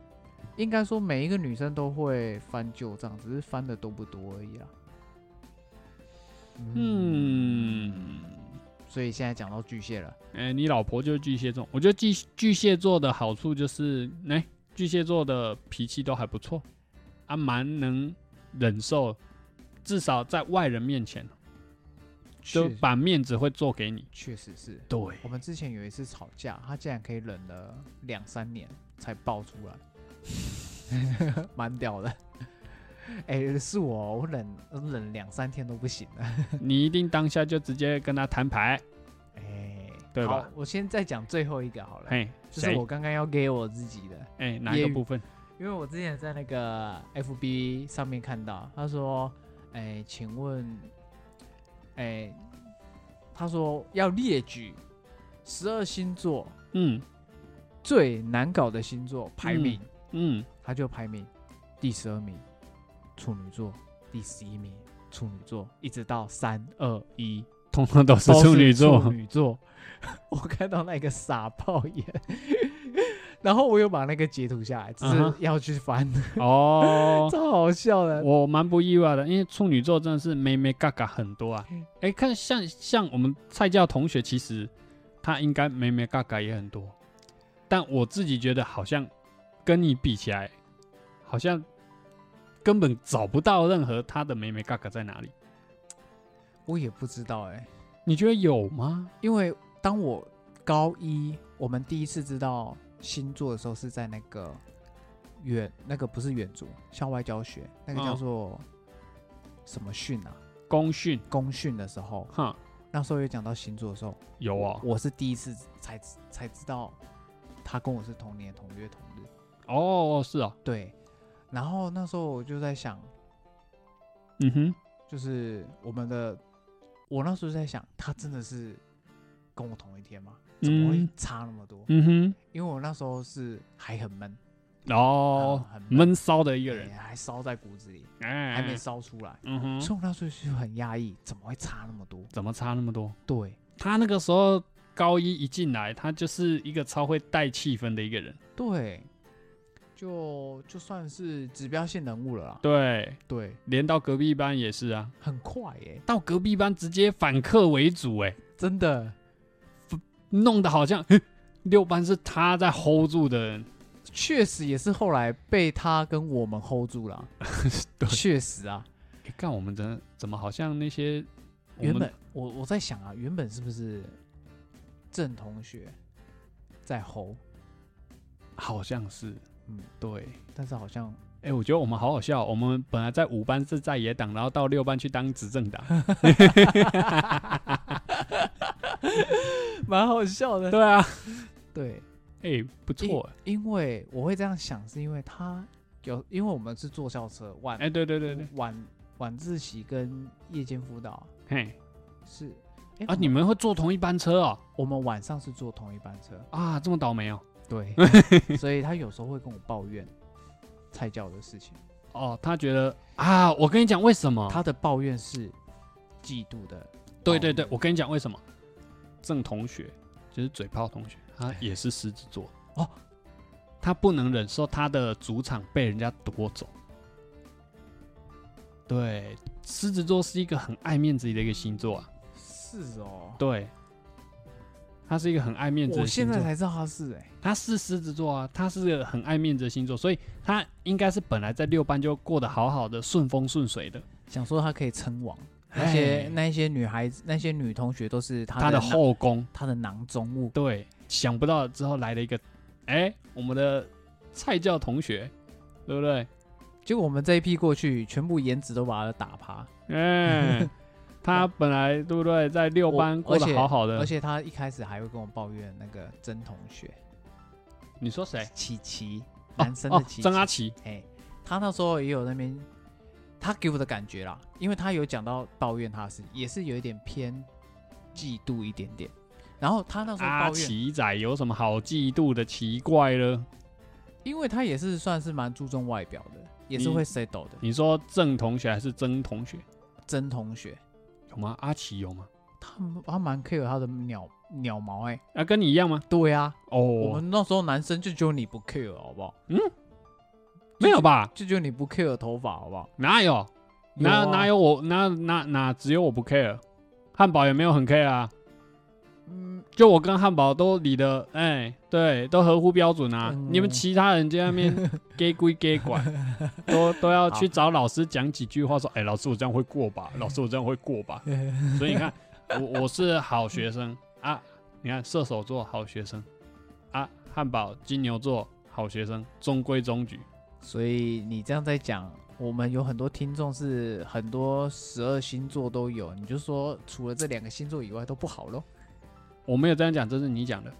应该说每一个女生都会翻旧账，只是翻的多不多而已啦。
嗯，
所以现在讲到巨蟹了，
哎、你老婆就是巨蟹座，我觉得巨巨蟹座的好处就是，哎、巨蟹座的脾气都还不错，啊，蛮能忍受，至少在外人面前就
确
把面子会做给你。
确实是
对，
我们之前有一次吵架，他竟然可以忍了两三年才爆出来， 蛮屌的。哎、是我，我忍我忍两三天都不行了。
你一定当下就直接跟他摊牌，
哎、
对吧
好？我先再讲最后一个好了，
嘿，
这
谁
是？我刚刚要给我自己的，
哎、哪一个
业余
部分？
因为我之前在那个 FB 上面看到，他说：“哎、请问，哎、他说要列举十二星座
嗯
最难搞的星座排名。
嗯，
他就排名第十二名，处女座；第十一名，处女座，一直到三二一，
通通都是
都
处女座
处。女座， 我看到那个傻爆眼，然后我有把那个截图下来，只
嗯
是
哼
要去翻，
哦，
超好笑的。
我蛮不意外的，因为处女座真的是妹妹嘎嘎很多啊。哎、看像像我们蔡教同学，其实他应该妹妹嘎嘎也很多，但我自己觉得好像跟你比起来，好像根本找不到任何他的妹妹嘎嘎在哪里。
我也不知道哎、
你觉得有吗？
因为当我高一，我们第一次知道星座的时候是在那个远那个不是远足，校外教学，那个叫
嗯
做什么训啊？
功训，
公训的时候，
哈，
那时候有讲到星座的时候，
有哦，
我是第一次才才知道他跟我是同年同月同日。
哦，是哦，
对，然后那时候我就在想，
嗯哼，
就是我们的，我那时候在想，他真的是跟我同一天吗？
嗯
怎么会差那么多？
嗯
因为我那时候是还很闷，
哼，哦，
啊很
闷骚的一个
对
人，
还烧在骨子里，
哎，
还没烧出来，
嗯哼，
所以我那时候就很压抑，怎么会差那么多？
怎么差那么多？
对
他那个时候高一一进来，他就是一个超会带气氛的一个人。
对，就就算是指标性人物了啦。
对，
对，
连到隔壁班也是啊，
很快耶、
到隔壁班直接反客为主、哎，
真的
弄得好像嘿 六班是他在 hold 住的人。
确实也是后来被他跟我们 hold 住 了，
对，
确实啊。
哎干、我们怎怎么好像那些我
原
们
本我我在想啊，原本是不是郑同学在 hold，
好像是，
嗯
对。
但是好像
哎、我觉得我们好好笑哦。我们本来在五班是在野党，然后到六班去当执政 党。
蛮好笑的。
对啊，
对，
哎、不错。
因为我会这样想，是因为他有，因为我们是坐校车晚、
哎、对对对对，
晚晚自习跟夜间辅导
嘿
是哎、
啊，你们会坐同一班车哦？
我们晚上是坐同一班车，
啊，这么倒霉哦。
对，所以他有时候会跟我抱怨菜教的事情。
哦，他觉得啊，我跟你讲为什么？
他的抱怨是嫉妒的，
对对对
哦，
我跟你讲为什么？郑同学就是嘴炮同学，他也是狮子座
哦，
他不能忍受他的主场被人家夺走。对，狮子座是一个很爱面子的一个星座啊。
是哦。
对，他是一个很爱面子
我
的
现
星
在
座。
才知道他是哎、
他是狮子座啊，他是个很爱面子的星座，所以他应该是本来在六班就过得好好的，顺风顺水的。
想说他可以称王，那些
哎
那些女孩子、那些女同学都是他
他的
的囊
后宫
他的囊中物。
对，想不到之后来了一个，哎、我们的蔡教同学，对不对？
结果我们这一批过去，全部颜值都把他打趴，
哎、 他本来对不对，在六
我
班过
而
得
且
好好
而
的。
且他一开始还会跟我抱怨那个曾同学，
你说谁？
琪琪，
哦
男生的
哦
琪，琪，
曾阿奇。
哎、他那时候也有那边，他给我的感觉啦，因为他有讲到抱怨他是也是有一点偏嫉妒一点点，然后他那时候
阿
抱怨，
奇仔有什么好嫉妒的？奇怪了，
因为他也是算是蛮注重外表的，也是
你
会 settle 的。
你说郑同学还是曾同学？
曾同学，
有吗？阿奇有吗？
他他蛮 care 他的鸟鸟毛哎、
啊，跟你一样吗？
对啊，我
哦，
们那时候男生就只有你不 care 好不好？
没有吧？
就只有你不 care 头发好不好？
哪有？哪
啊
哪有我哪哪哪只有我不 care，汉堡也没有很 care 啊。
嗯，
就我跟汉堡都理的，哎、对，都合乎标准啊。
嗯
你们其他人就在那 边给归给管，都都要去找老师讲几句话，说，哎、老师我这样会过吧？老师我这样会过 吧？所以你看，我我是好学生啊，你看射手座好学生啊，汉堡金牛座好学生，中规中矩。
所以你这样在讲，我们有很多听众是很多十二星座都有，你就说除了这两个星座以外都不好咯。
我没有这样讲，这是你讲的。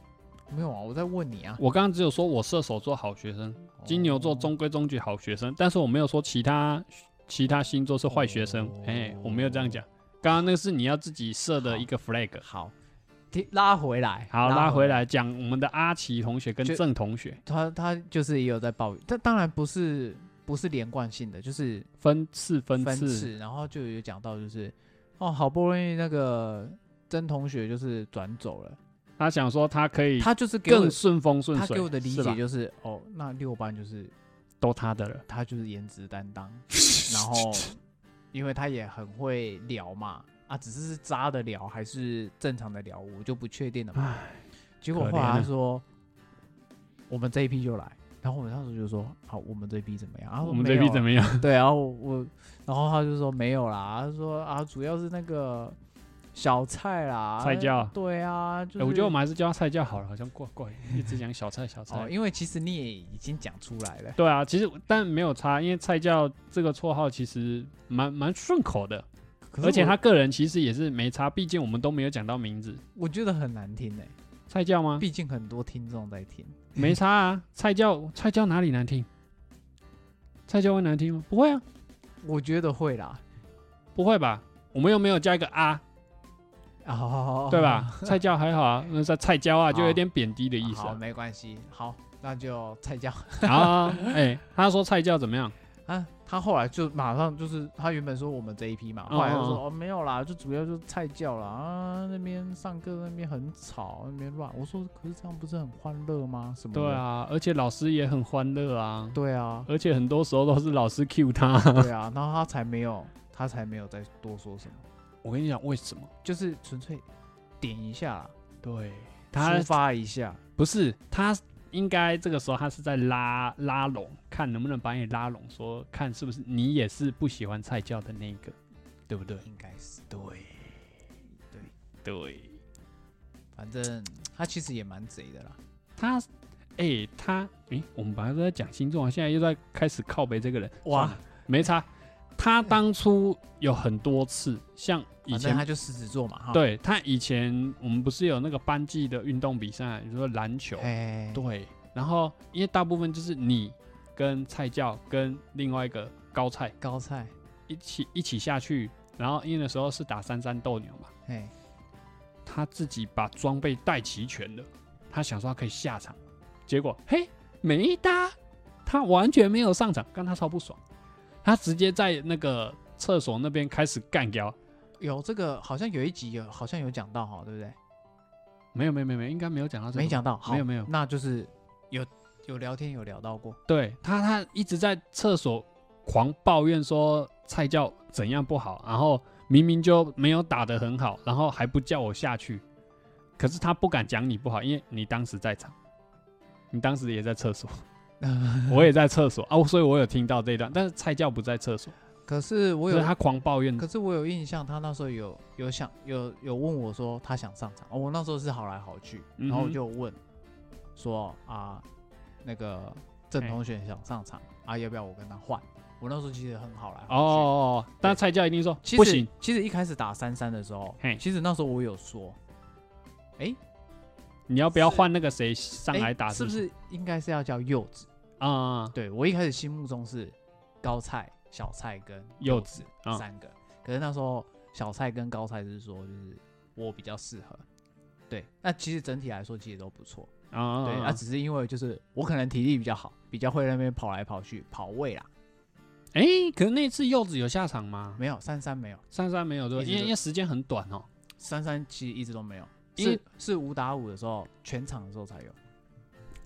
没有啊，我在问你啊。
我刚刚只有说我射手座好学生，金牛
哦
座中规中矩好学生，但是我没有说其他其他星座是坏学生
哦，
哎、我没有这样讲。刚刚那个是你要自己设的一个 flag。
好，提拉回来，
好，拉回，来讲我们的阿奇同学跟
就
郑同学
他他就是也有在抱怨，但当然不是不是连贯性的，就是
分次分
分
次，
次，然后就有讲到就是，哦，好不容易那个曾同学就是转走了，
他想说他可以
他就是给我
更顺风顺
他
水，
给我的理
是吧
解就是，哦，那六班就是
都他的了，
他就是颜值担当， 然后因为他也很会聊嘛，啊，只是是渣的聊还是正常的聊，我就不确定了嘛。结果后来
可怜
他
啊
说，我们这一批就来，然后我们当时就说，好，我们这一批怎么样？啊，
我们这批怎
么
么样？
对，然后我，然后他就说没有啦，他说啊，主要是那个小菜啦，
菜教
对啊，就是、
哎我觉得我们还是叫他菜教好了，好像怪怪，一直讲小菜小
哦，
菜。
因为其实你也已经讲出来了，
对啊，其实但没有差，因为菜教这个绰号其实蛮蛮顺口的。
可是
而且
我
他个人其实也是没差，毕竟我们都没有讲到名字，
我觉得很难听哎、
菜教吗？
毕竟很多听众在听，
没差啊，菜教菜教哪里难听？菜教会难听吗？不会啊，
我觉得会啦，
不会吧？我们又没有加一个啊，
哦，
对吧？菜教还好啊，那是菜教啊，就有点贬低的意思
好，
啊。
没关系，好，那就菜教
啊，哎，他说菜教怎么样？
啊。他后来就马上就是，他原本说我们这一批嘛，
嗯
后来就说
嗯
哦没有啦，就主要就是菜教啦啊，那边上课那边很吵，那边乱。我说可是这样不是很欢乐吗？什么？
对，啊，而且老师也很欢乐啊，
对 啊，
而且很多时候都是老师 cue 他。
对啊，然后他才没有，他才没有再多说什么，
我跟你讲为什么？
就是纯粹点一下啦，
对他
抒发一下。
不是，他应该这个时候他是在拉拉拢，看能不能把你拉拢，说看是不是你也是不喜欢菜教的那一个，对不对？
应该是
对，
对，
对，
反正他其实也蛮贼的啦。
他，哎、他，哎、我们本来都在讲星座，现在又在开始靠北这个人，
哇
算了，没差。他当初有很多次，像以
反正
前
他就啊狮子座嘛，哈。
对他以前我们不是有那个班级的运动比赛，比如说篮球，
哎，
对，然后因为大部分就是你跟菜教跟另外一个高菜
高菜，
一起一起下去，然后因为那时候是打三三斗牛嘛，
哎，
他自己把装备带齐全了，他想说他可以下场，结果嘿没搭，他完全没有上场，让他超不爽，他直接在那个厕所那边开始干掉。
有这个好像有一集有好像有讲到哈，对不对？
没有没有没有没有，应该没有讲到这个，
没讲到，好
没有没有，
那就是有有聊天有聊到过，
对他，他一直在厕所狂抱怨说菜教怎样不好，然后明明就没有打得很好，然后还不叫我下去。可是他不敢讲你不好，因为你当时在场，你当时也在厕所，
呃
我也在厕所啊，所以我有听到这一段。但是菜教不在厕所，
可是我
所以
有，
他狂抱怨
可。是我有印象，他那时候有有想有有问我说他想上场，哦，我那时候是好来好去，然
嗯
后我
哼
就问说啊，那个郑
哎
同学想上场，啊，要不要我跟他换？我那时候其实很好来换去。
哦，但菜价一定说
其实
不行，
其实一开始打三三的时候
嘿，
其实那时候我有说，哎、
你要不要
是
换那个谁上
诶
来打？
是不是应该是要叫柚子？
啊？
对我一开始心目中是高菜、小菜跟
柚
子嗯
啊
三个，可是那时候小菜跟高菜是说就是我比较适合。对，那其实整体来说其实都不错，
啊，
对，那、
啊
只是因为就是我可能体力比较好，比较会那边跑来跑去跑位啦，
哎，可是那次柚子有下场吗？
没有三三没有
珊珊没有对吧，
一直
因为
都
因为时间很短哦。
三三其实一直都没有，
因为
是是五打五的时候全场的时候才有，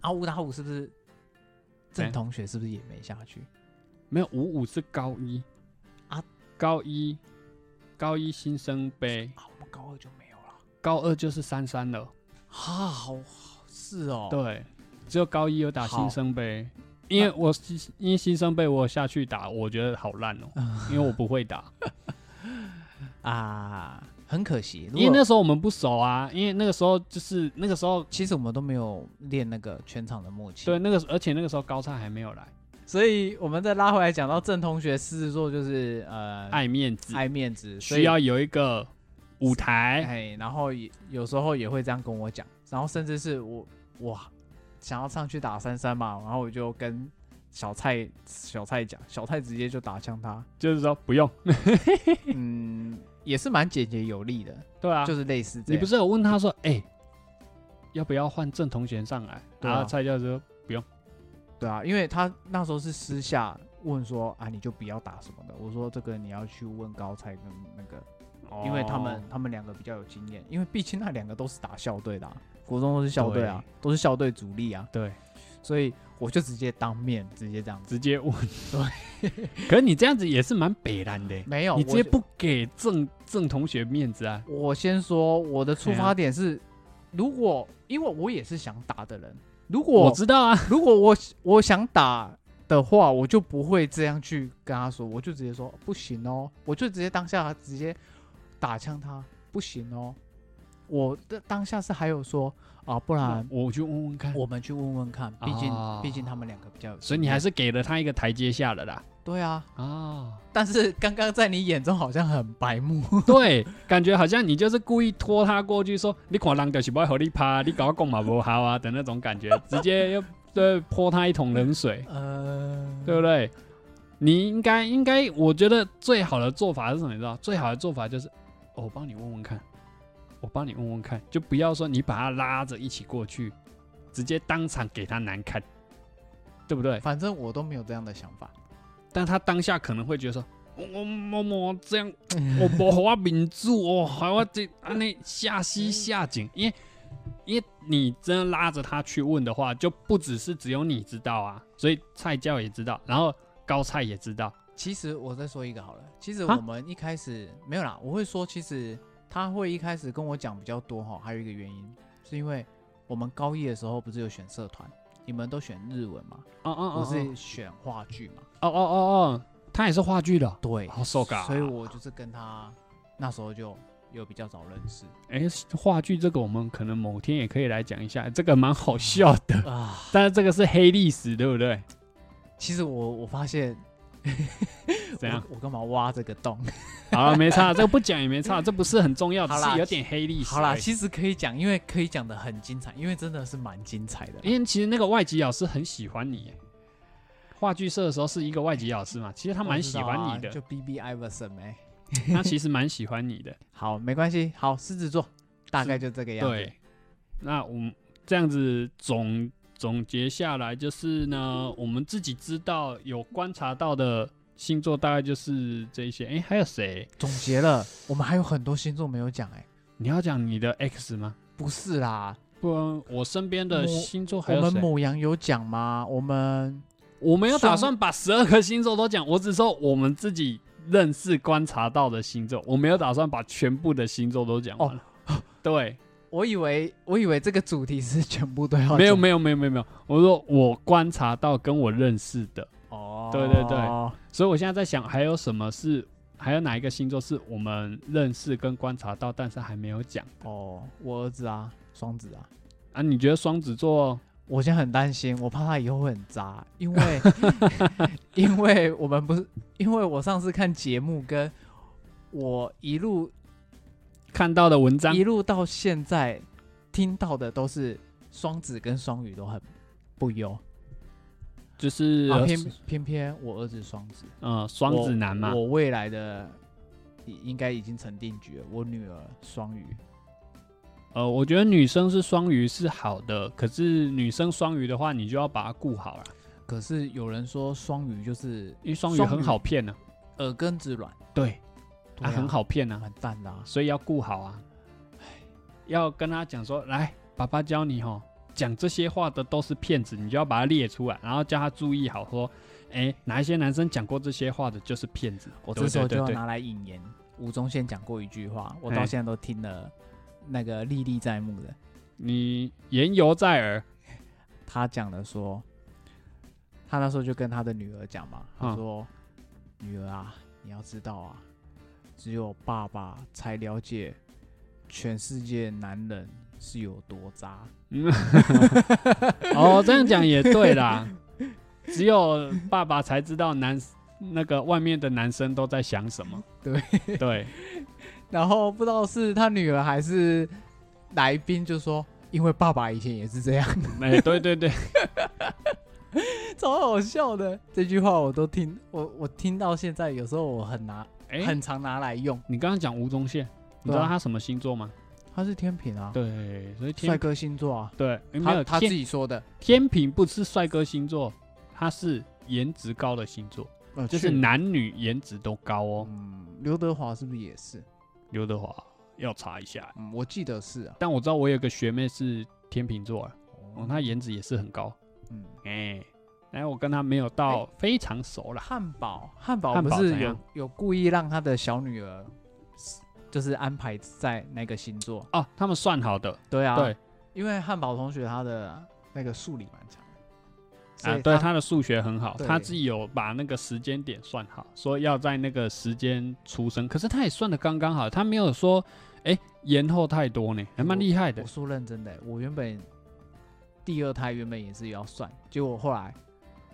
啊五打五是不是郑
对
同学是不是也没下去？
没有五五是高一
啊，
高一高一新生杯，
啊，我们高二就没有了，
高二就是三三了。
啊好是哦，
对，只有高一有打
好
新生杯，因为我新因为新生杯我有下去打，我觉得好烂哦、因为我不会打，
啊，很可惜，如
因为
果
那时候我们不熟啊，因为那个时候就是那个时候
其实我们都没有练那个全场的默契。
对，那个时候而且那个时候高差还没有来，
所以我们再拉回来讲到郑同学狮子座就是呃
爱面子，
爱面子，所以
需要有一个舞台，
哎，然后也有时候也会这样跟我讲，然后甚至是我我想要上去打三三嘛，然后我就跟小蔡小蔡讲，小蔡直接就打 向他，
就是说不用，
嗯，也是蛮简洁有力的，
对啊，
就是类似这
你
样。
不是有问他说，哎、要不要换郑同学上来？
对啊
然后蔡教授说
对啊，因为他那时候是私下问说啊，你就不要打什么的。我说这个你要去问高才跟那个，因为他们、
哦
他们两个比较有经验，因为毕竟那两个都是打校队的、啊，国中都是校队啊，都是校队主力啊，
对
所以我就直接当面直接这样子，
直接问， 可是你这样子也是蛮北蓝的、
没有，
你
我
直接
就
不给郑郑同学面子啊？
我先说我的出
哎呀
发点是，如果因为我也是想打的人，如
我
果
知道啊，
如果我我想打的话，我就不会这样去跟他说，我就直接说不行哦，我就直接当下直接打枪他，不行哦。我的当下是还有说啊，不然啊
我我去问问看。
我们去问问看，毕竟、
哦
毕竟他们两个比较有经验，
所以你还是给了他一个台阶下了啦。
对啊。
啊，
但是刚刚在你眼中好像很白目，
对，感觉好像你就是故意拖他过去说，你看人就是不和你趴，你搞讲嘛不好啊的那种感觉，直接又对泼他一桶冷水，
呃，
对不对？你应该应该，我觉得最好的做法是什么？你知道，最好的做法就是、哦我帮你问问看，我帮你问问看，就不要说你把他拉着一起过去，直接当场给他难堪，对不对？
反正我都没有这样的想 法。
但他当下可能会觉得说，我我某某这样，我不好我民主，我哦还我这安尼下西下井，因为因为你真的拉着他去问的话，就不只是只有你知道啊，所以菜教也知道，然后高菜也知道，
其实我再说一个好了，其实
啊
我们一开始没有啦，我会说，其实他会一开始跟我讲比较多哈，还有一个原因是因为我们高一的时候不是有选社团，你们都选日文嘛，
哦哦
我
哦，
是选话剧嘛，
哦哦哦哦，他也是话剧的，
对，
好受啊嘎，
所以我就是跟他那时候就有比较早认 识
哎话剧这个我们可能某天也可以来讲一下，这个蛮好笑的，
啊。
但是这个是黑历史，对不对？
其实我我发现
怎样？
我我干嘛挖这个 洞？
好了，没差，这个不讲也没差，这不是很重要，只
好啦
是有点黑历史而已。
好啦，其实可以讲，因为可以讲的很精彩，因为真的是蛮精彩的啦。
因为其实那个外籍老师很喜欢你耶，话剧社的时候是一个外籍老师嘛，其实他
他
蛮喜欢你
啊
的，
就 B B Iverson 欸没、
他其实蛮喜欢你的。
好，没关系。好，狮子座大概就这个样子。
对，那我们这样子总总结下来就是呢，我们自己知道有观察到的星座大概就是这一些。哎、还有谁？
总结了，我们还有很多星座没有讲哎、
你要讲你的 X 吗？
不是啦，
不然我身边的
我
星座还
我
有
们
谁？
母羊有讲吗？我们
我没有打
双
算把十二颗星座都讲，我只说我们自己认识观察到的星座，我没有打算把全部的星座都讲完了。
哦
对，
我以为我以为这个主题是全部都要讲
没有没有没有没有没有，我说我观察到跟我认识的，
哦，
对对对，所以我现在在想还有什么是。还有哪一个星座是我们认识跟观察到，但是还没有讲
哦，我儿子啊，双子啊，
啊？你觉得双子座
我现在很担心，我怕它以后会很渣，因为因为我们不是，因为我上次看节目，跟我一路
看到的文章
一路到现在听到的都是双子跟双鱼都很不优，
就是
啊偏偏偏我儿子双子，
呃双子男嘛
我，我未来的应应该已经成定局了，我女儿双鱼，
呃，我觉得女生是双鱼是好的，可是女生双鱼的话，你就要把它顾好了，
可是有人说双鱼就是
因为双鱼
双鱼
很好骗呢、
耳根子软，
对，
对
啊很，好骗呢、
很淡的、啊，
所以要顾好啊。要跟他讲说，来，爸爸教你哦，讲这些话的都是骗子，你就要把它列出来，然后叫他注意好，说，哎，哪一些男生讲过这些话的就是骗子。
我
对
这时候就
对
要
对对
拿来引言，吴宗宪讲过一句话，我到
哎
现在都听了，那个历历在目的。
你言犹在耳，
他讲的说，他那时候就跟他的女儿讲嘛，他
嗯
说：“女儿啊，你要知道啊，只有爸爸才了解全世界男人是有多渣。
嗯，哦，这样讲也对啦。 只有爸爸才知道男那个外面的男生都在想什么。对对，”
然后不知道是他女儿还是来宾就说：“因为爸爸以前也是这 样。”
哎、对对对，
超好笑的。这句话我都听，我我听到现在，有时候我很拿，
哎、
很常拿来用。
你刚刚讲吴宗宪，你知
对
道
啊
他什么星座吗？
他是天平啊，
对，所以
帅
天
哥星座啊，
对，哎没
他
有
他自
天
己说的，
天平不是帅哥星座，他是颜值高的星座，
呃
就是男女颜值都高哦。
嗯，刘德华是不是也是？
刘德华要查一下，
嗯，我记得是啊。
但我知道我有个学妹是天秤座啊，哦，她颜值也是很高。
嗯，
哎、然后我跟他没有到非常熟啦。
汉堡，汉堡
汉
不
堡
是
怎
有
样
有故意让他的小女儿，就是安排在那个星座。
哦，他们算好的，
对啊，
对，
因为汉堡同学他的那个数理蛮强的，所
啊，
以
对，他的数学很好，
对
他自己有把那个时间点算好，说要在那个时间出生，可是他也算的刚刚好，他没有说，哎、延后太多呢，还蛮厉害的
我。说认真的欸，我原本第二胎原本也是要算，结果后来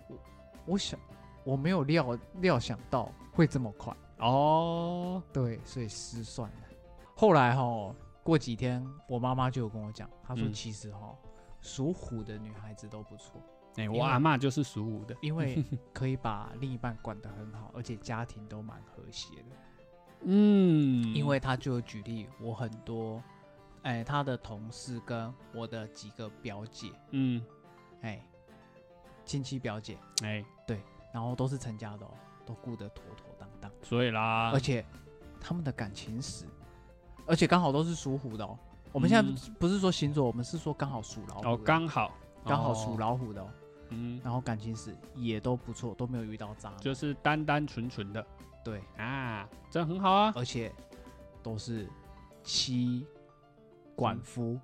我我想我没有料料想到会这么快，
哦，
对，所以失算了。后来哈，过几天我妈妈就有跟我讲，她说
嗯
其实哈，属虎的女孩子都不错，
哎、
因为
我阿嬷就是属虎的，
因为可以把另一半管得很好，而且家庭都蛮和谐的。
嗯，
因为他就有举例，我很多，哎、他的同事跟我的几个表姐，
嗯，
哎，亲戚表姐，
哎、
然后都是成家的哦，都顾得妥妥当当，
所以啦，
而且他们的感情史，而且刚好都是属虎的哦。我们现在
嗯
不是不是说星座，我们是说刚好属老虎的
哦刚好
刚好属，
哦
老虎的哦，
嗯，
然后感情史也都不错，都没有遇到渣男，
就是单单纯纯的
对，
啊，这样很好啊。
而且都是妻管夫，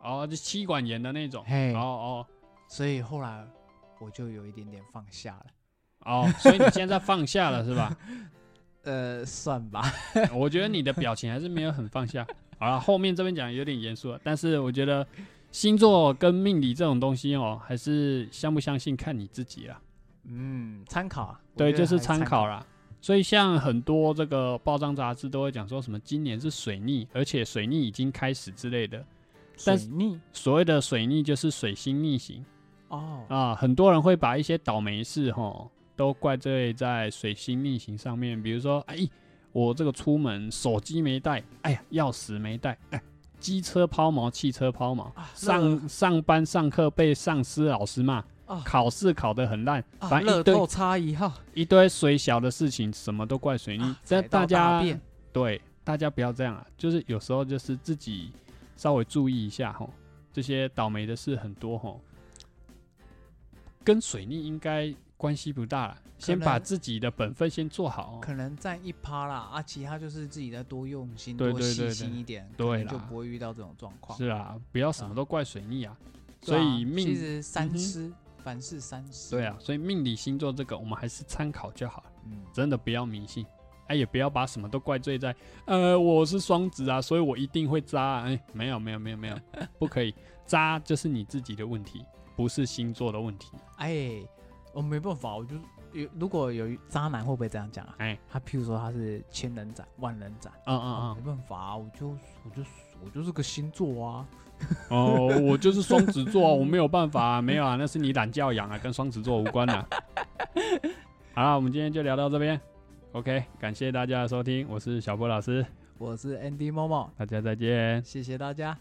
哦，就妻管严的那种。
嘿
哦哦
所以后来我就有一点点放下了，
哦，所以你现在放下了是 吧？
呃，算吧，
我觉得你的表情还是没有很放下。好了，后面这边讲有点严肃了，但是我觉得星座跟命理这种东西哦，还是相不相信看你自己啦。
嗯，参考啊，我
对，
觉得
就
还
是参
考
考啦。所以像很多这个报章杂志都会讲说什么今年是水逆，而且水逆已经开始之类的。但
水
是
逆
所谓的水逆就是水星逆行。
哦，
啊，很多人会把一些倒霉事哈都怪罪在水星逆行上面，比如说，哎，我这个出门手机没带，哎呀，钥匙没带，哎，机车抛锚，汽车抛锚，
啊
上上班上课被上司老师骂，
啊
考试考得很烂，
啊，
反正
乐
一堆
透差一号，
一堆水小的事情，什么都怪水逆
啊，
这、
踩到
大家
便
对大家不要这样啊，就是有时候就是自己稍微注意一下吼，这些倒霉的事很多吼，跟水逆应该关系不大啦，先把
能
自己的本分先做好、哦。
可能占一趴啦，啊，其他就是自己再多用心、
对
多
对
细
对
心
对
一点，
对
可能
啦
就不会遇到这种状况。
是啊，不要什么
啊
都怪水逆啊，
对
所
啊
以
其
命
实
嗯
三
哼
思，凡事三思。
对啊，，所以命理星座这个我们还是参考就好了，
嗯，
真的不要迷信。哎，也不要把什么都怪罪在，呃，我是双子啊， 所以我一定会渣、啊。哎，没有没有没有没有，不可以，渣就是你自己的问题。不是星座的问题。
哎，我没办法，我就有如果有一渣男会不会这样讲啊？
哎，
他譬如说他是千人斩、万人斩，
嗯
啊，
嗯
没办法啊，我就我就我就是个星座啊，
嗯，哦，我就是双子座啊，我没有办法啊，没有啊，那是你懒教养啊，跟双子座无关啊。好了，我们今天就聊到这边，OK，感谢大家的收听，我是小波老师，
我是 Andy 猫猫，
大家再见。
谢谢大家，